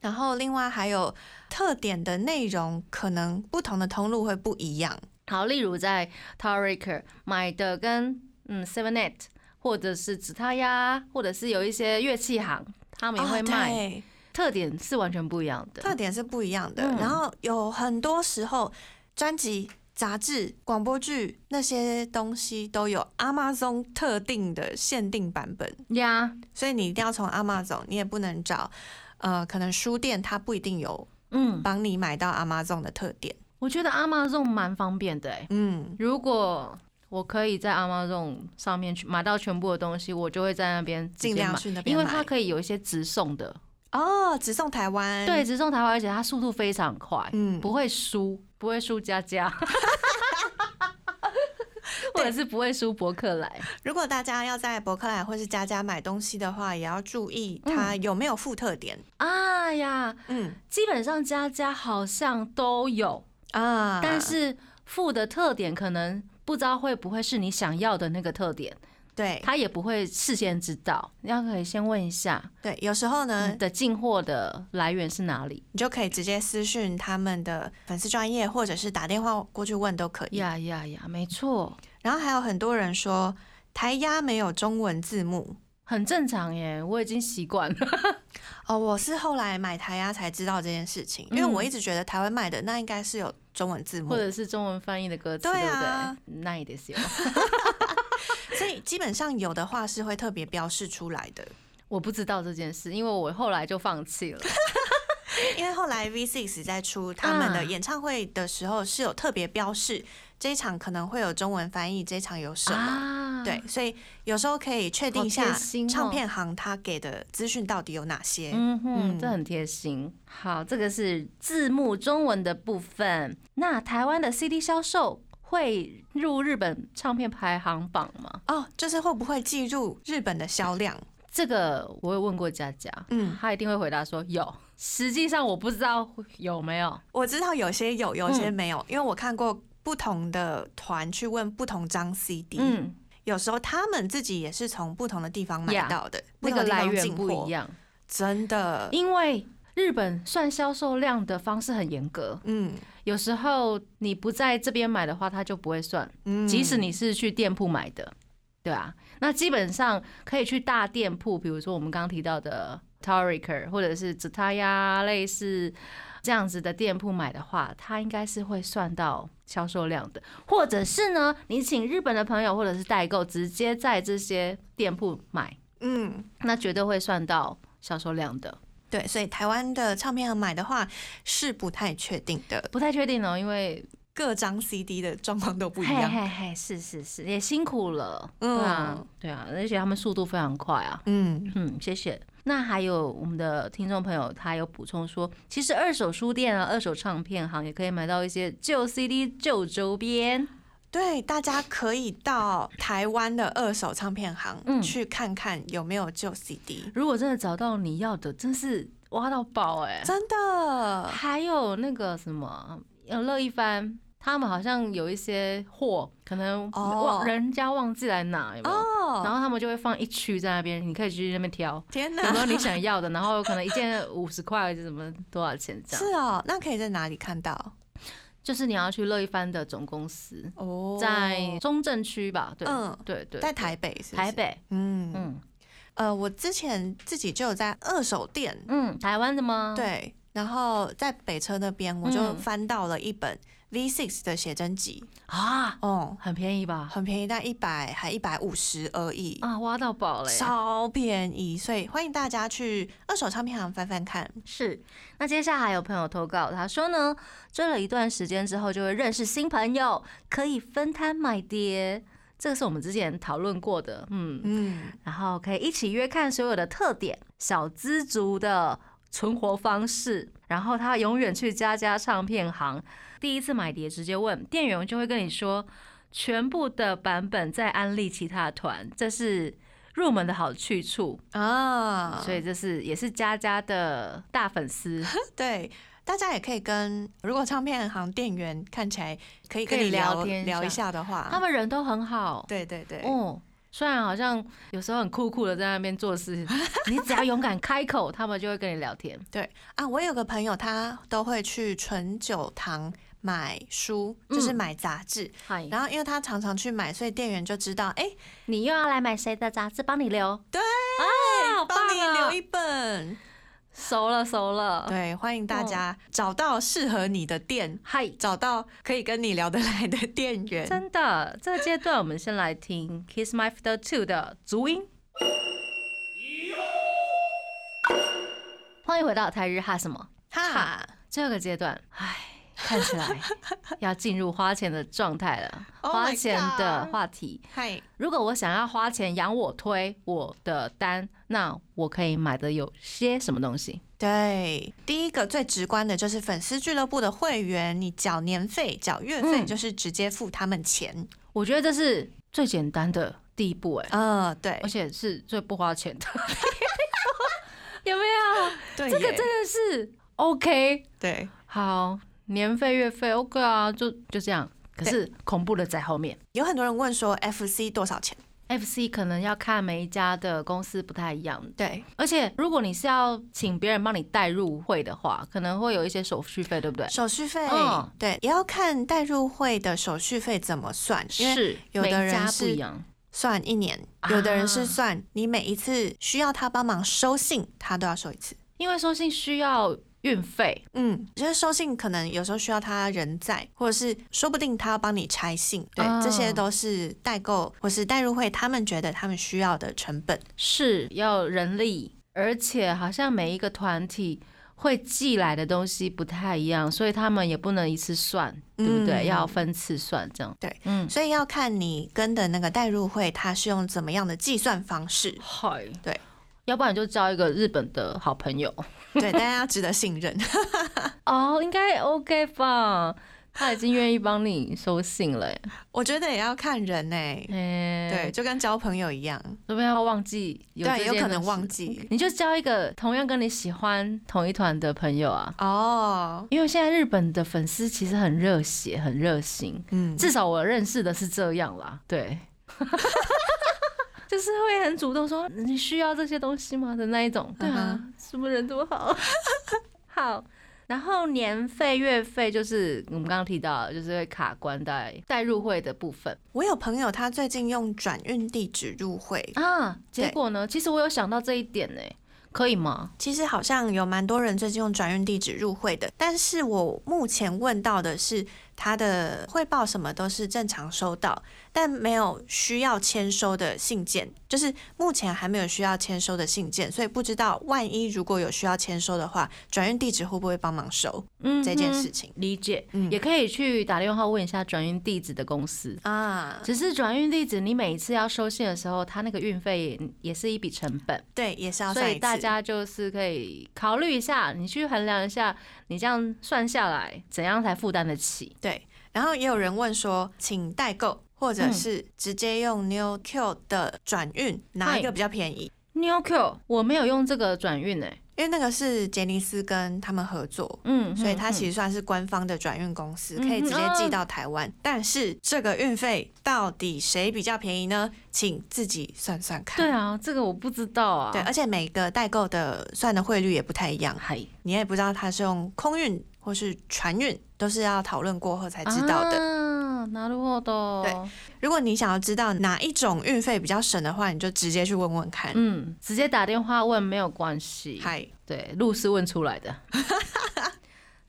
Speaker 2: 然后另外还有特点的内容，可能不同的通路会不一样。
Speaker 1: 好，例如在 Tariker 买的跟嗯 Sevenet，或者是吉他呀，或者是有一些乐器行，他们也会
Speaker 2: 哦
Speaker 1: 卖，
Speaker 2: 对
Speaker 1: 特点是完全不一样的。
Speaker 2: 特点是不一样的。
Speaker 1: 嗯
Speaker 2: 然后有很多时候，专辑、杂志、广播剧那些东西都有 Amazon 特定的限定版本，
Speaker 1: 呀，
Speaker 2: 所以你一定要从 Amazon，你也不能找。呃，可能书店它不一定有
Speaker 1: 嗯，
Speaker 2: 帮你买到 Amazon 的特点，
Speaker 1: 我觉得 Amazon 蛮方便的哎、
Speaker 2: 嗯，
Speaker 1: 如果我可以在 Amazon 上面去买到全部的东西，我就会在那边直接
Speaker 2: 尽量
Speaker 1: 买
Speaker 2: 去那边
Speaker 1: 因为
Speaker 2: 买
Speaker 1: 它可以有一些直送的，
Speaker 2: 哦，直送台湾，
Speaker 1: 对，，直送台湾，而且它速度非常快，
Speaker 2: 嗯，
Speaker 1: 不会输，不会输佳佳， 或者是不会输博客来。
Speaker 2: 如果大家要在博客来或是佳佳买东西的话，也要注意它有没有附特点。
Speaker 1: 啊呀，
Speaker 2: 嗯
Speaker 1: 基本上佳佳好像都有，
Speaker 2: 啊，
Speaker 1: 但是附的特点可能不知道会不会是你想要的那个特点，
Speaker 2: 对
Speaker 1: 他也不会事先知道，要可以先问一下
Speaker 2: 对，有时候呢，
Speaker 1: 你的进货的来源是哪里。
Speaker 2: 你就可以直接私讯他们的粉丝专业，或者是打电话过去问都可以。
Speaker 1: 呀呀呀，没错，
Speaker 2: 然后还有很多人说台压没有中文字幕
Speaker 1: 很正常耶，我已经习惯了。
Speaker 2: 哦，我是后来买台压才知道这件事情，因为
Speaker 1: 嗯
Speaker 2: 我一直觉得台湾买的那应该是有中文字幕
Speaker 1: 或，者是中文翻译的歌词，
Speaker 2: 对
Speaker 1: 对
Speaker 2: 啊
Speaker 1: 不对？那也得是。
Speaker 2: 所以基本上有的话是会特别标示出来的。
Speaker 1: 我不知道这件事，因为我后来就放弃了。
Speaker 2: 因为后来 V Six 在出他们的
Speaker 1: 啊
Speaker 2: 演唱会的时候是有特别标示，这一场可能会有中文翻译，这一场有什么。
Speaker 1: 啊
Speaker 2: 对，，所以有时候可以确定一下
Speaker 1: 好贴心哦
Speaker 2: 唱片行他给的资讯到底有哪些。
Speaker 1: 嗯
Speaker 2: 嗯
Speaker 1: 哼，这很贴心。好，这个是字幕中文的部分。那台湾的 CD 销售会入日本唱片排行榜吗？
Speaker 2: 哦，就是会不会计入日本的销量？
Speaker 1: 这个我有问过佳佳，
Speaker 2: 嗯
Speaker 1: 嗯，她一定会回答说有。实际上我不知道有没有。
Speaker 2: 我知道有些有，有些
Speaker 1: 嗯
Speaker 2: 没有，因为我看过不同的团去问不同张 CD，、
Speaker 1: 嗯，
Speaker 2: 有时候他们自己也是从不同的地方买
Speaker 1: Yeah，
Speaker 2: 到的，不
Speaker 1: 那
Speaker 2: 同
Speaker 1: 个
Speaker 2: 的地
Speaker 1: 来
Speaker 2: 方
Speaker 1: 源
Speaker 2: 进
Speaker 1: 不
Speaker 2: 货呃
Speaker 1: 一，样，
Speaker 2: 真的，
Speaker 1: 因为日本算销售量的方式很严格，
Speaker 2: 嗯
Speaker 1: 有时候你不在这边买的话，它就不会算。
Speaker 2: 嗯，
Speaker 1: 即使你是去店铺买的，对啊，那基本上可以去大店铺，比如说我们刚刚提到的 Toriker 或者是 Zutaya 类似这样子的店铺买的话，它应该是会算到销售量的，或者是呢，你请日本的朋友或者是代购直接在这些店铺买，
Speaker 2: 嗯。
Speaker 1: 那绝对会算到销售量的。
Speaker 2: 对，所以台湾的唱片行买的话是不太确定的，
Speaker 1: 不太确定哦，因为
Speaker 2: 各张 CD 的状况都不一
Speaker 1: 嘿
Speaker 2: 样。
Speaker 1: 嘿嘿，是是是，也辛苦了，
Speaker 2: 嗯
Speaker 1: 对啊，对啊，而且他们速度非常快啊。
Speaker 2: 嗯，
Speaker 1: 嗯，谢谢。那还有我们的听众朋友，他有补充说，其实二手书店啊、二手唱片行也可以买到一些旧 CD、旧周边。
Speaker 2: 对，大家可以到台湾的二手唱片行
Speaker 1: 嗯
Speaker 2: 去看看有没有旧 CD，、
Speaker 1: 如果真的找到你要的，真是挖到宝哎、
Speaker 2: 真的。
Speaker 1: 还有那个什么，呃，乐一番他们好像有一些货，可能
Speaker 2: 哦
Speaker 1: 忘、人家忘记来拿，有没有？然
Speaker 2: 哦，
Speaker 1: 后他们就会放一区在那边，你可以去那边 挑，
Speaker 2: 天
Speaker 1: 很
Speaker 2: 哪，
Speaker 1: 多你想要的，然后可能一件五十块，什么多少钱这样。
Speaker 2: 是哦，那可以在哪里看到？
Speaker 1: 就是你要去乐一帆的总公司，
Speaker 2: 哦
Speaker 1: 在中正区吧？对，
Speaker 2: 嗯
Speaker 1: 对对，
Speaker 2: 在台北是不是
Speaker 1: 台，北，
Speaker 2: 嗯
Speaker 1: 嗯
Speaker 2: 呃，我之前自己就有在二手店，
Speaker 1: 嗯，台湾的吗？，
Speaker 2: 对，然后在北车那边我就
Speaker 1: 嗯
Speaker 2: 翻到了一本 V6 的写真集，
Speaker 1: 啊，
Speaker 2: 哦，
Speaker 1: 很便宜吧？
Speaker 2: 很便宜，但一百还一百五十而已，
Speaker 1: 啊，挖到宝嘞！
Speaker 2: 超便宜，所以欢迎大家去二手唱片行翻翻看。
Speaker 1: 是，那接下来还有朋友投稿，他说呢，追了一段时间之后就会认识新朋友，可以分摊买碟，这个是我们之前讨论过的，嗯，
Speaker 2: 嗯，
Speaker 1: 然后可以一起约看所有的特点，小资族的存活方式。然后他永远去家家唱片行，第一次买碟直接问店员，就会跟你说全部的版本在安利其他团，这是入门的好去处。
Speaker 2: 啊，
Speaker 1: 所以这是也是家家的大粉 丝，
Speaker 2: 对。大家也可以跟，如果唱片行店员看起来可以跟
Speaker 1: 可以
Speaker 2: 你聊
Speaker 1: 聊天一
Speaker 2: 聊一
Speaker 1: 下
Speaker 2: 下的话，
Speaker 1: 他们人都很好。
Speaker 2: 对对对，
Speaker 1: 哦，虽然好像有时候很酷酷的在那边做事， 你只要勇敢开口，他们就会跟你聊天。
Speaker 2: 啊，我有个朋友，他都会去纯酒堂买书，就是
Speaker 1: 嗯
Speaker 2: 买杂志。
Speaker 1: 嗨，
Speaker 2: 然后，因为他常常去买，所以店员就知道，哎、
Speaker 1: 你又要来买谁的杂志？帮你留。
Speaker 2: 对
Speaker 1: 啊，好棒
Speaker 2: 帮你留
Speaker 1: 啊！
Speaker 2: 一本。
Speaker 1: 熟了，熟了。
Speaker 2: 对，欢迎大
Speaker 1: 哦
Speaker 2: 家找到适合你的店，
Speaker 1: 嗨，
Speaker 2: 找到可以跟你聊得来的店员。
Speaker 1: 真的，这个阶段我们先来听《Kiss My Fiddle Two》的足音。欢迎回到台日哈什么？
Speaker 2: 哈，
Speaker 1: 这个阶段， 唉，看起来要进入花钱的状态了。
Speaker 2: Oh my
Speaker 1: 花钱的
Speaker 2: God
Speaker 1: 话题，
Speaker 2: 嗨，
Speaker 1: 如果我想要花钱养我推我的单，那我可以买的有些什么东西？
Speaker 2: 对，第一个最直观的就是粉丝俱乐部的会员，你缴年费、缴月费，
Speaker 1: 嗯
Speaker 2: 就是直接付他们钱。
Speaker 1: 我觉得这是最简单的第一步、哎。
Speaker 2: 嗯，对
Speaker 1: 而，且是最不花钱的， 有没有？
Speaker 2: 对耶，
Speaker 1: 这个真的是 OK，
Speaker 2: 对，
Speaker 1: 好，年费月费 OK 啊，就就这样。可是恐怖的在后面
Speaker 2: 有很多人问说 FC 多少钱？
Speaker 1: ，FC 可能要看每一家的公司不太一样，
Speaker 2: 对，
Speaker 1: 而且如果你是要请别人帮你代入会的话，可能会有一些手续费，对不对？
Speaker 2: 手续费，
Speaker 1: 嗯
Speaker 2: 对，也要看代入会的手续费怎么算，因为
Speaker 1: 是，
Speaker 2: 有的
Speaker 1: 每一
Speaker 2: 人
Speaker 1: 家不
Speaker 2: 是
Speaker 1: 一样，
Speaker 2: 算一年，
Speaker 1: 啊
Speaker 2: 有的人是算你每一次需要他帮忙收信，他都要收一次。
Speaker 1: 因为收信需要运费，
Speaker 2: 嗯，就是收信可能有时候需要他人在，或者是说不定他要帮你拆信，对，
Speaker 1: 啊
Speaker 2: 这些都是代购或是代入会他们觉得他们需要的成本。
Speaker 1: 是要人力，而且好像每一个团体会寄来的东西不太一样，所以他们也不能一次算，对不对？
Speaker 2: 嗯
Speaker 1: 要分次算这样。
Speaker 2: 对，
Speaker 1: 嗯，，
Speaker 2: 所以要看你跟的那个代入会，他是用怎么样的计算方式
Speaker 1: 嗨，
Speaker 2: 对，
Speaker 1: 要不然就交一个日本的好朋友
Speaker 2: 对，大家要值得信任。
Speaker 1: 哦，应该 OK 吧？他已经愿意帮你收信了，
Speaker 2: 我觉得也要看人呢、
Speaker 1: 哎，
Speaker 2: 对，，就跟交朋友一样，
Speaker 1: 会不会要忘记？
Speaker 2: 对，啊有可能
Speaker 1: 记。
Speaker 2: 忘记
Speaker 1: 你就交一个同样跟你喜欢同一团的朋友啊，
Speaker 2: 哦，
Speaker 1: 因为现在日本的粉丝其实很热血、很热心，
Speaker 2: 嗯，
Speaker 1: 至少我认识的是这样啦。 对，就是会很主动说你需要这些东西吗的那一种。对啊
Speaker 2: 嗯，
Speaker 1: 什么人多好， 好。然后年费、月费就是我们刚刚提到的，就是会卡关在代入会的部分
Speaker 2: 我有朋友他最近用转运地址入会，
Speaker 1: 啊。结
Speaker 2: 对
Speaker 1: 果呢，其实我有想到这一点呢、可以吗？
Speaker 2: 其实好像有蛮多人最近用转运地址入会的，但是我目前问到的是他的汇报什么都是正常收到，但没有需要签收的信件，就是目前还没有需要签收的信件，所以不知道万一如果有需要签收的话，转运地址会不会帮忙收
Speaker 1: 嗯
Speaker 2: 这件
Speaker 1: 哼
Speaker 2: 事情
Speaker 1: 理解，
Speaker 2: 嗯
Speaker 1: 也可以去打电话问一下转运地址的公司。
Speaker 2: 啊？
Speaker 1: 只是转运地址，你每一次要收信的时候，它那个运费也也是一笔成本，
Speaker 2: 对，也是要
Speaker 1: 所
Speaker 2: 算一
Speaker 1: 以
Speaker 2: 次
Speaker 1: 大家就是可以考虑一下，你去衡量一下，你这样算下来，怎样才负担得起？
Speaker 2: 对，然后也有人问说，请代购或者
Speaker 1: 嗯
Speaker 2: 是直接用 New Q 的转运，哪
Speaker 1: 嗨
Speaker 2: 一个比较便宜？
Speaker 1: New Q，我没有用这个转运诶，欸
Speaker 2: 因因为那个是杰尼斯跟他们合作。
Speaker 1: 嗯，
Speaker 2: 所以它其
Speaker 1: 实
Speaker 2: 实算是官方的转运公司，
Speaker 1: 嗯
Speaker 2: 可以直接
Speaker 1: 哦
Speaker 2: 寄到台湾。但是这个运费到底谁比较便宜呢？请自己算算看。
Speaker 1: 对啊，这个我不知道啊。
Speaker 2: 对，而且每个代购的算的汇率也不太一样，
Speaker 1: 嗨，
Speaker 2: 你也不知道它是用空运或是船运，都是要讨论过后才知道
Speaker 1: 啊
Speaker 2: 的。
Speaker 1: 的。哦なるほど。
Speaker 2: 对，如果你想要知道哪一种运费比较省的话，你就直接去问问看。
Speaker 1: 嗯，直接打电话问没有关系。
Speaker 2: 嗨，
Speaker 1: 对，路是问出来 的。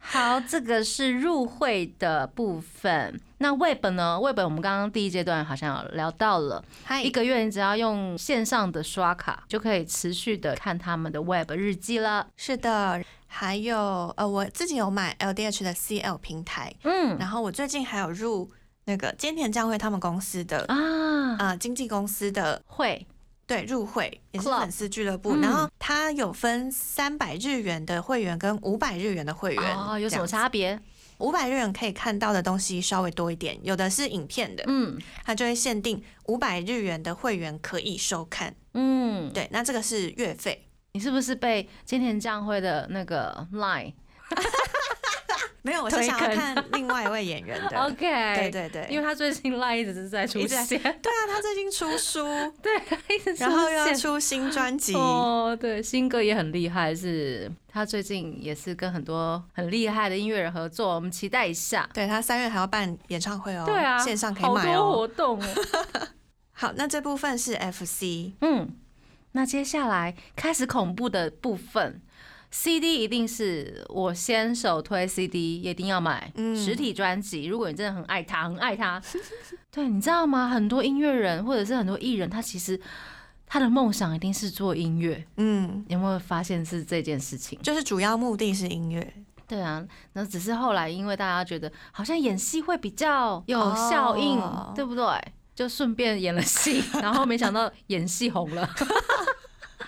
Speaker 1: 好，这个是入会的部分。那 Web 呢？Web 我们刚刚第一阶段好像有聊到了，
Speaker 2: 嗨，
Speaker 1: 一个月你只要用线上的刷卡，就可以持续的看他们的 Web 日记了。
Speaker 2: 是的，还有呃，我自己有买 LDH 的 CL 平台，
Speaker 1: 嗯
Speaker 2: 然后我最近还有入那个菅田将晖他们公司的
Speaker 1: 啊，
Speaker 2: 啊、呃经纪公司的
Speaker 1: 会
Speaker 2: 对入会，也是
Speaker 1: Club
Speaker 2: 粉丝俱乐部，
Speaker 1: 嗯
Speaker 2: 然后它有分三百日元的会员跟五百日元的会员
Speaker 1: 哦，有什么差别？
Speaker 2: 五百日元可以看到的东西稍微多一点，有的是影片的，
Speaker 1: 嗯
Speaker 2: 它就会限定五百日元的会员可以收看。
Speaker 1: 嗯，
Speaker 2: 对，那这个是月费，
Speaker 1: 你是不是被金田将晖的那个 Line
Speaker 2: 没有，我是
Speaker 1: 推
Speaker 2: 想
Speaker 1: 坑
Speaker 2: 要看另外一位演员 的。
Speaker 1: OK？
Speaker 2: 对对对，
Speaker 1: 因为他最近 Line 一直是在出
Speaker 2: 一直在
Speaker 1: 现，
Speaker 2: 对啊，他最近出 书，
Speaker 1: 对，一直
Speaker 2: 然后
Speaker 1: 出
Speaker 2: 又要
Speaker 1: 现
Speaker 2: 出新专辑。
Speaker 1: 哦，对，新歌也很厉害，是他最近也是跟很多很厉害的音乐人合作，我们期待一下。
Speaker 2: 对他三月还要办演唱会哦，
Speaker 1: 对啊，
Speaker 2: 线上可以
Speaker 1: 好
Speaker 2: 买
Speaker 1: 多
Speaker 2: 哦。
Speaker 1: 活动哦。
Speaker 2: 好，那这部分是 FC，
Speaker 1: 嗯，那接下来开始恐怖的部分，CD 一定是我先首推 CD，一定要买
Speaker 2: 嗯
Speaker 1: 实体专辑。如果你真的很爱他，很爱他， 对，你知道吗？很多音乐人或者是很多艺人，他其实他的梦想一定是做音乐，
Speaker 2: 嗯，
Speaker 1: 有没有发现是这件事情？
Speaker 2: 就是主要目的是音乐，
Speaker 1: 对啊，那只是后来因为大家觉得好像演戏会比较有效应，
Speaker 2: 哦
Speaker 1: 对不对？就顺便演了戏，然后没想到演戏红了。 天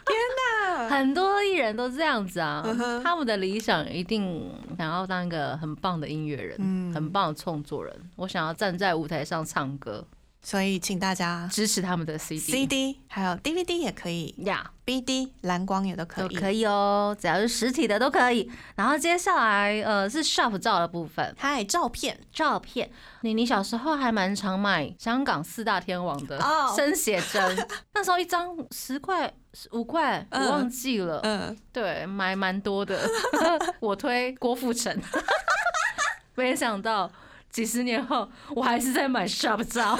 Speaker 1: 哪！很多艺人都这样子啊
Speaker 2: 嗯哼
Speaker 1: 他们的理想一定想要当一个很棒的音乐人，
Speaker 2: 嗯
Speaker 1: 很棒的创作人。我想要站在舞台上唱歌，
Speaker 2: 所以请大家
Speaker 1: 支持他们的 CD。
Speaker 2: CD 还有 DVD 也可以
Speaker 1: 呀
Speaker 2: ，BD 蓝光也都可
Speaker 1: 都
Speaker 2: 以。
Speaker 1: 可以哦，只要是实体的都可以。然后接下来呃是 shop 照的部分，
Speaker 2: 嗨，照片
Speaker 1: 照片。你你小时候还蛮常买香港四大天王的
Speaker 2: 哦
Speaker 1: 生写真，那时候一张十块、五块，我
Speaker 2: 嗯
Speaker 1: 忘记了。
Speaker 2: 嗯，
Speaker 1: 对，买蛮多的。 我推郭富城， 没想到几十年后我还是在买 Shop 照。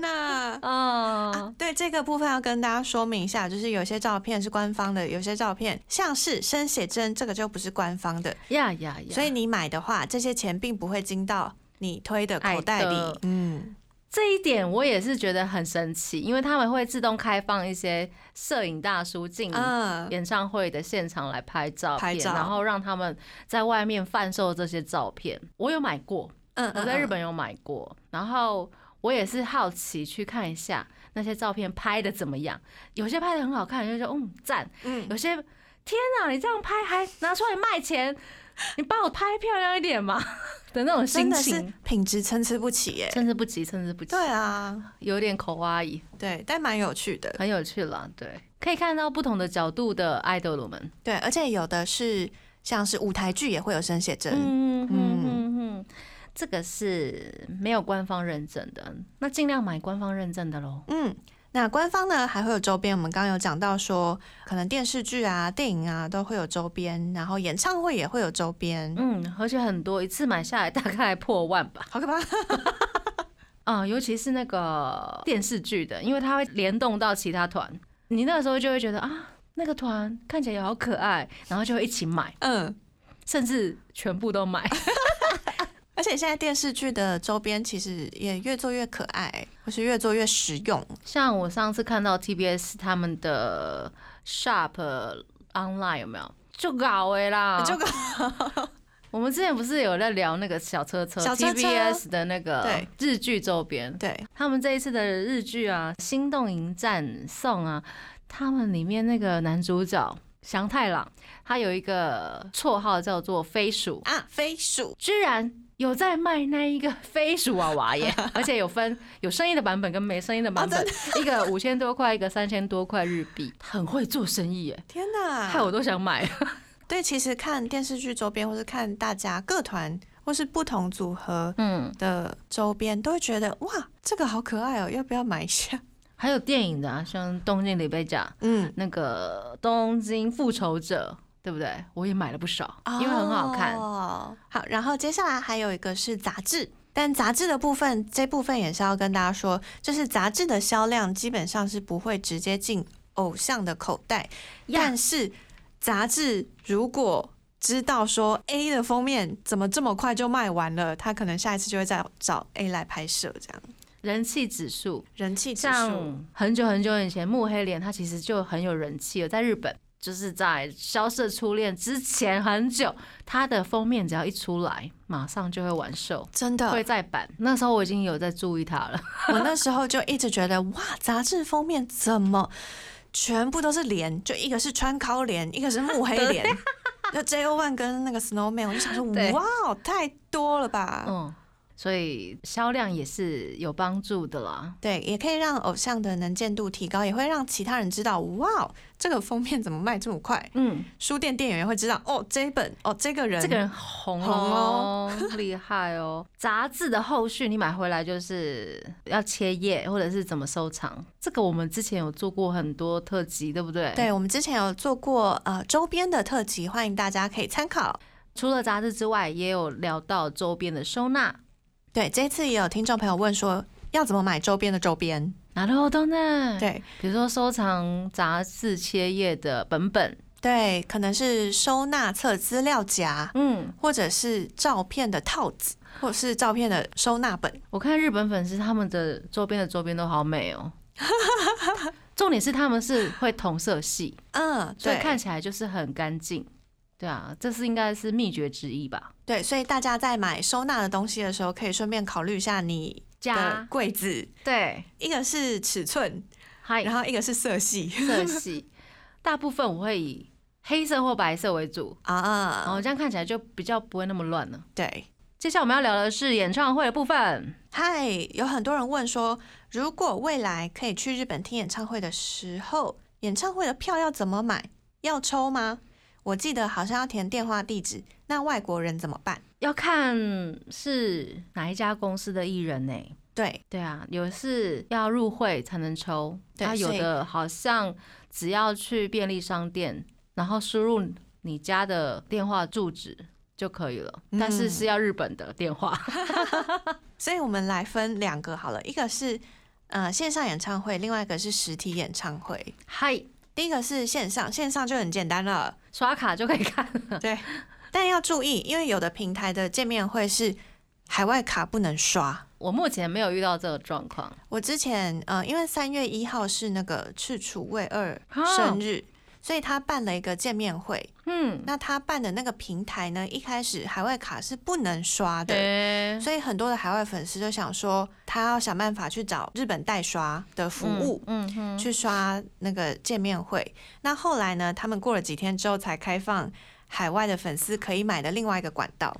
Speaker 2: 哪！啊
Speaker 1: 哦，
Speaker 2: 对这个部分要跟大家说明一下，就是有些照片是官方的，有些照片像是生写真，这个就不是官方的，
Speaker 1: 呀呀呀！
Speaker 2: 所以你买的话，这些钱并不会进到你推的口袋
Speaker 1: 爱的
Speaker 2: 里。嗯，
Speaker 1: 这一点我也是觉得很神奇，因为他们会自动开放一些摄影大叔进
Speaker 2: 啊，
Speaker 1: 演唱会的现场来拍照
Speaker 2: 拍
Speaker 1: 片，
Speaker 2: 照
Speaker 1: 然后让他们在外面贩售这些照片。我有买过，
Speaker 2: 嗯
Speaker 1: 我在日，本有买过，然后我也是好奇去看一下那些照片拍的怎么样。有些拍的很好看，就说嗯赞；
Speaker 2: 嗯，
Speaker 1: 有些天哪，你这样拍还拿出来卖钱，你帮我拍漂亮一点嘛 的那种
Speaker 2: 真
Speaker 1: 心
Speaker 2: 的是
Speaker 1: 情，
Speaker 2: 品质参差不齐耶。
Speaker 1: 甚至不急，甚至不急，
Speaker 2: 对啊，
Speaker 1: 有点口阿姨，
Speaker 2: 对，但蛮有趣的。
Speaker 1: 很有趣啦。对，可以看到不同的角度的爱豆们。
Speaker 2: 对，而且有的是像是舞台剧也会有生写真。
Speaker 1: 嗯嗯
Speaker 2: 嗯
Speaker 1: 嗯嗯，这个是没有官方认证的，那尽量买官方认证的喽。
Speaker 2: 嗯，那官方呢还会有周边，我们刚刚有讲到说，可能电视剧啊、电影啊都会有周边，然后演唱会也会有周边。
Speaker 1: 嗯，而且很多一次买下来大概破万吧。
Speaker 2: 好可怕！
Speaker 1: 啊、尤其是那个电视剧的，因为它会联动到其他团，你那个时候就会觉得啊，那个团看起来也好可爱，然后就会一起买，
Speaker 2: 嗯，
Speaker 1: 甚至全部都 买。
Speaker 2: 而且现在电视剧的周边其实也越做越可爱，或是越做越实用。
Speaker 1: 像我上次看到 TBS 他们的 Shop Online 有没有？就搞哎啦，
Speaker 2: 就个
Speaker 1: 我们之前不是有在聊那个小车车
Speaker 2: 小车车
Speaker 1: TBS 的那个
Speaker 2: 对
Speaker 1: 日剧周边，
Speaker 2: 对，
Speaker 1: 他们这一次的日剧啊，《心动迎战颂》啊，他们里面那个男主角祥太郎，他有一个绰号叫做飞鼠，
Speaker 2: 啊，飞鼠
Speaker 1: 居然有在卖那一个飞鼠娃娃 耶，而且有分有声音的版本跟没声音的版
Speaker 2: 哦
Speaker 1: 本，一个五千多块，一个三千多块日币，很会做生意耶，
Speaker 2: 天哪！
Speaker 1: 害我都想买。
Speaker 2: 对，其实看电视剧周边，或是看大家各团或是不同组合
Speaker 1: 嗯，
Speaker 2: 的周边，都会觉得哇，这个好可爱哦，要不要买一下？
Speaker 1: 还有电影的、啊，像《东京李贝甲》
Speaker 2: 嗯，
Speaker 1: 那个《东京复仇者》，对不对？我也买了不少，因为很好看。
Speaker 2: 哦，好，然后接下来还有一个是杂志。但杂志的部分，这部分也是要跟大家说，就是杂志的销量基本上是不会直接进偶像的口袋，
Speaker 1: 呀
Speaker 2: 但是杂志如果知道说 A 的封面怎么这么快就卖完了，他可能下一次就会再找 A 来拍摄，这样
Speaker 1: 人气指数，
Speaker 2: 人气指数。
Speaker 1: 像很久很久以前，木黑莲他其实就很有人气了，在日本，就是在《萧瑟初恋》之前很久，他的封面只要一出来，马上就会完售，
Speaker 2: 真的，
Speaker 1: 会再版。那时候我已经有在注意他了，
Speaker 2: 我那时候就一直觉得，哇，杂志封面怎么全部都是脸？就一个是川尻脸，一个是木黑脸，就 J.O. One 跟那个 Snowman，我就想说，
Speaker 1: 对
Speaker 2: 哇，哦太多了吧？
Speaker 1: 嗯，所以销量也是有帮助的啦。
Speaker 2: 对，也可以让偶像的能见度提高，也会让其他人知道，哇，哦这个封面怎么卖这么快？
Speaker 1: 嗯，
Speaker 2: 书店店员也会知道，哦，这一本，哦，这个人，
Speaker 1: 这个人红
Speaker 2: 红
Speaker 1: 哦，厉害哦！ 杂志的后续你买回来就是要切页，或者是怎么收藏，这个我们之前有做过很多特辑，对不对？。
Speaker 2: 对我们之前有做过呃周边的特辑，欢迎大家可以参考。
Speaker 1: 除了杂志之外，也有聊到周边的收纳。
Speaker 2: 对，这一次也有听众朋友问说，要怎么买周边的周边？
Speaker 1: なるほど呢？，
Speaker 2: 对，
Speaker 1: 比如说收藏杂志切页的本本，
Speaker 2: 对，可能是收纳册资料夹，
Speaker 1: 嗯，
Speaker 2: 或者是照片的套子，或者是照片的收纳本。
Speaker 1: 我看日本粉丝他们的周边的周边都好美 哦。重点是他们是会同色系，
Speaker 2: 嗯，
Speaker 1: 所以
Speaker 2: 对，
Speaker 1: 看起来就是很干净。对啊，这是应该是秘诀之一吧？
Speaker 2: 对，所以大家在买收纳的东西的时候，可以顺便考虑一下你的
Speaker 1: 家
Speaker 2: 柜子，
Speaker 1: 对，
Speaker 2: 一个是尺寸，
Speaker 1: 还
Speaker 2: 然后一个是色系
Speaker 1: 色系，大部分我会以黑色或白色为主，然
Speaker 2: 啊。
Speaker 1: 后这样看起来就比较不会那么乱了。
Speaker 2: 对，
Speaker 1: 接下来我们要聊的是演唱会的部分。
Speaker 2: 嗨，有很多人问说，如果未来可以去日本听演唱会的时候，演唱会的票要怎么买？要抽吗？我记得好像要填电话地址，那外国人怎么办？
Speaker 1: 要看是哪一家公司的艺人呢、
Speaker 2: 对，
Speaker 1: 对啊，有是要入会才能抽，
Speaker 2: 对
Speaker 1: 啊，有
Speaker 2: 所以
Speaker 1: 的好像只要去便利商店，然后输入你家的电话住址就可以了，但是
Speaker 2: 嗯
Speaker 1: 是要日本的电话。
Speaker 2: 所以我们来分两个好了，一个是呃线上演唱会，另外一个是实体演唱会。
Speaker 1: 嗨，
Speaker 2: 第一个是线上，线上就很简单了，
Speaker 1: 刷卡就可以看了。
Speaker 2: 对。但要注意，因为有的平台的见面会是海外卡不能刷。
Speaker 1: 我目前没有遇到这个状况，
Speaker 2: 我之前呃，因为三月一号是那个赤楚卫二
Speaker 1: 哦
Speaker 2: 啊生日，所以他办了一个见面会。
Speaker 1: 嗯，
Speaker 2: 那他办的那个平台呢，一开始海外卡是不能刷的。
Speaker 1: 对，
Speaker 2: 所以很多的海外粉丝就想说，他要想办法去找日本代刷的服务，
Speaker 1: 嗯哼，
Speaker 2: 去刷那个见面会。那后来呢，他们过了几天之后才开放海外的粉丝可以买的另外一个管道。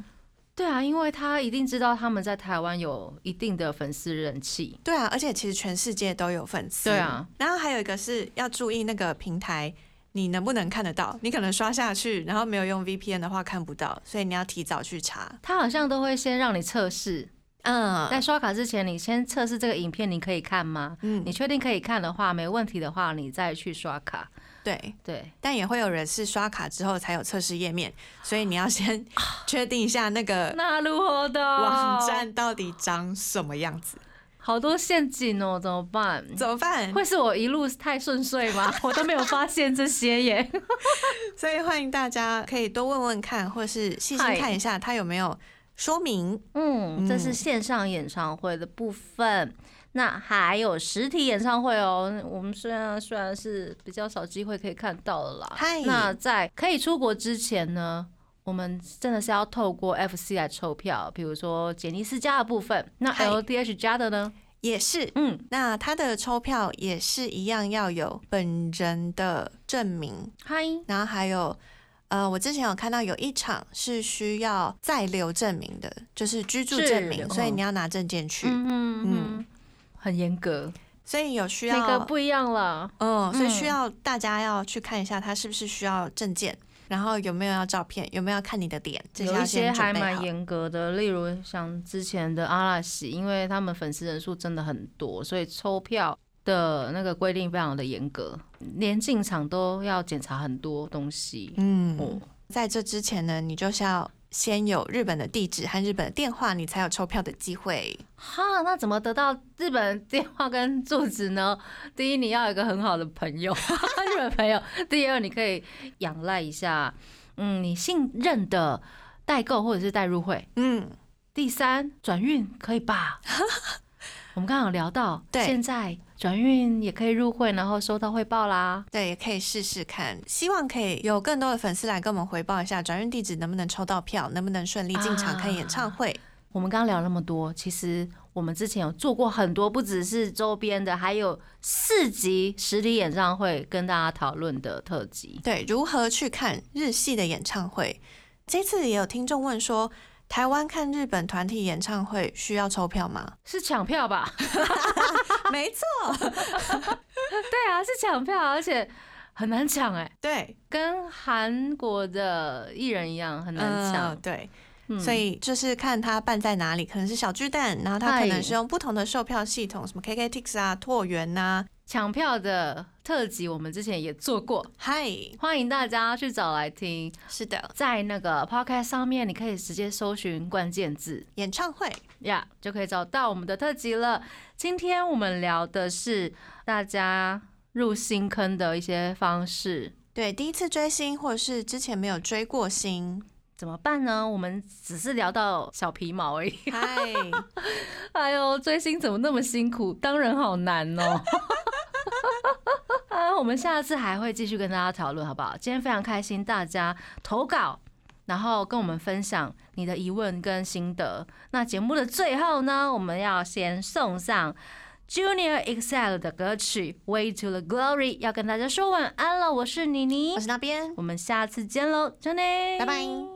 Speaker 1: 对啊，因为他一定知道他们在台湾有一定的粉丝人气，
Speaker 2: 对啊，而且其实全世界都有粉丝。
Speaker 1: 对啊，
Speaker 2: 然后还有一个是要注意那个平台。你能不能看得到？你可能刷下去，然后没有用 VPN 的话看不到，所以你要提早去查。
Speaker 1: 他好像都会先让你测试，在
Speaker 2: 嗯
Speaker 1: 刷卡之前，你先测试这个影片，你可以看吗？
Speaker 2: 嗯
Speaker 1: 你，确定可以看的话，没问题的话，你再去刷卡。
Speaker 2: 对。
Speaker 1: 对，
Speaker 2: 但也会有人是刷卡之后才有测试页面，所以你要先确定一下那个
Speaker 1: 啊那如何的
Speaker 2: 呃网站到底长什么样子，
Speaker 1: 好多陷阱哦，怎么办？
Speaker 2: 怎么办？
Speaker 1: 会是我一路太顺遂 吗？我都没有发现这些耶。
Speaker 2: 所以欢迎大家可以多问问看，或是细心
Speaker 1: 嗨
Speaker 2: 看一下它有没有说明。
Speaker 1: 嗯，这是线上演唱会的部分。那还有实体演唱会哦，我们虽然虽然是比较少机会可以看到了啦。
Speaker 2: 嗨
Speaker 1: 那在可以出国之前呢，我们真的是要透过 FC 来抽票，比如说杰尼斯家的部分，那
Speaker 2: 嗨
Speaker 1: LDH 家的呢？
Speaker 2: 也是，
Speaker 1: 嗯，
Speaker 2: 那它的抽票也是一样要有本人的证明，
Speaker 1: 嗨，
Speaker 2: 然后还有呃，我之前有看到有一场是需要在留证明的，就是居住证
Speaker 1: 是
Speaker 2: 明，
Speaker 1: 嗯
Speaker 2: 所以你要拿证件去，
Speaker 1: 嗯嗯
Speaker 2: 嗯
Speaker 1: 嗯，很严格，
Speaker 2: 所以有需要
Speaker 1: 那个不一样了。
Speaker 2: 嗯，所以需
Speaker 1: 嗯
Speaker 2: 要大家要去看一下，他是不是需要证件，然后有没有要照片，有没有要看你的脸，这
Speaker 1: 有
Speaker 2: 要
Speaker 1: 一些
Speaker 2: 先
Speaker 1: 还
Speaker 2: 准备
Speaker 1: 蛮
Speaker 2: 好。
Speaker 1: 严格的，例如像之前的阿拉西，因为他们粉丝人数真的很多，所以抽票的那个规定非常的严格，连进场都要检查很多东西。
Speaker 2: 嗯
Speaker 1: 哦，，
Speaker 2: 在这之前呢，你就是要先有日本的地址和日本的电话，你才有抽票的机会。
Speaker 1: 哈，那怎么得到日本电话跟住址呢？第一，你要有一个很好的朋友， 日本朋友；第二，你可以仰赖一下，嗯，你信任的代购或者是代入会。
Speaker 2: 嗯，
Speaker 1: 第三，转运可以 吧？我们刚刚有聊到，
Speaker 2: 对
Speaker 1: 现在转运也可以入会，然后收到汇报啦。
Speaker 2: 对，也可以试试看，希望可以有更多的粉丝来跟我们回报一下转运地址能不能抽到票，能不能顺利进场看演唱会。
Speaker 1: 我们刚刚聊那么多，其实我们之前有做过很多，不只是周边的，还有四集实体演唱会跟大家讨论的特辑。
Speaker 2: 对，如何去看日系的演唱会？这次也有听众问说，台湾看日本团体演唱会需要抽票吗？
Speaker 1: 是抢票吧？
Speaker 2: 没错，
Speaker 1: 对啊，是抢票，而且很难抢哎、
Speaker 2: 对，
Speaker 1: 跟韩国的艺人一样很难抢
Speaker 2: 嗯，。对，
Speaker 1: 嗯
Speaker 2: 所以就是看他办在哪里，可能是小巨蛋，然后他可能是用不同的售票系统，什么 KKTix 啊、拓元呐、
Speaker 1: 抢票的特辑我们之前也做过，
Speaker 2: 嗨，
Speaker 1: 欢迎大家去找来听。
Speaker 2: 是的，
Speaker 1: 在那个 Podcast 上面，你可以直接搜寻关键字
Speaker 2: 演唱会，
Speaker 1: 呀就可以找到我们的特辑了。今天我们聊的是大家入新坑的一些方式，
Speaker 2: 对，第一次追星或者是之前没有追过 星，
Speaker 1: 怎么办呢？我们只是聊到小皮毛而已。
Speaker 2: 嗨，
Speaker 1: 哎呦，追星怎么那么辛苦？当然好难哦。 啊，我们下次还会继续跟大家讨论，好不好？今天非常开心，大家投稿，然后跟我们分享你的疑问跟心得。那节目的最后呢，我们要先送上 Junior Excel 的歌曲《Way to the Glory》，要跟大家说晚安了。我是妮妮
Speaker 2: 我，是那边，
Speaker 1: 我们下次见喽，真的，
Speaker 2: 拜拜。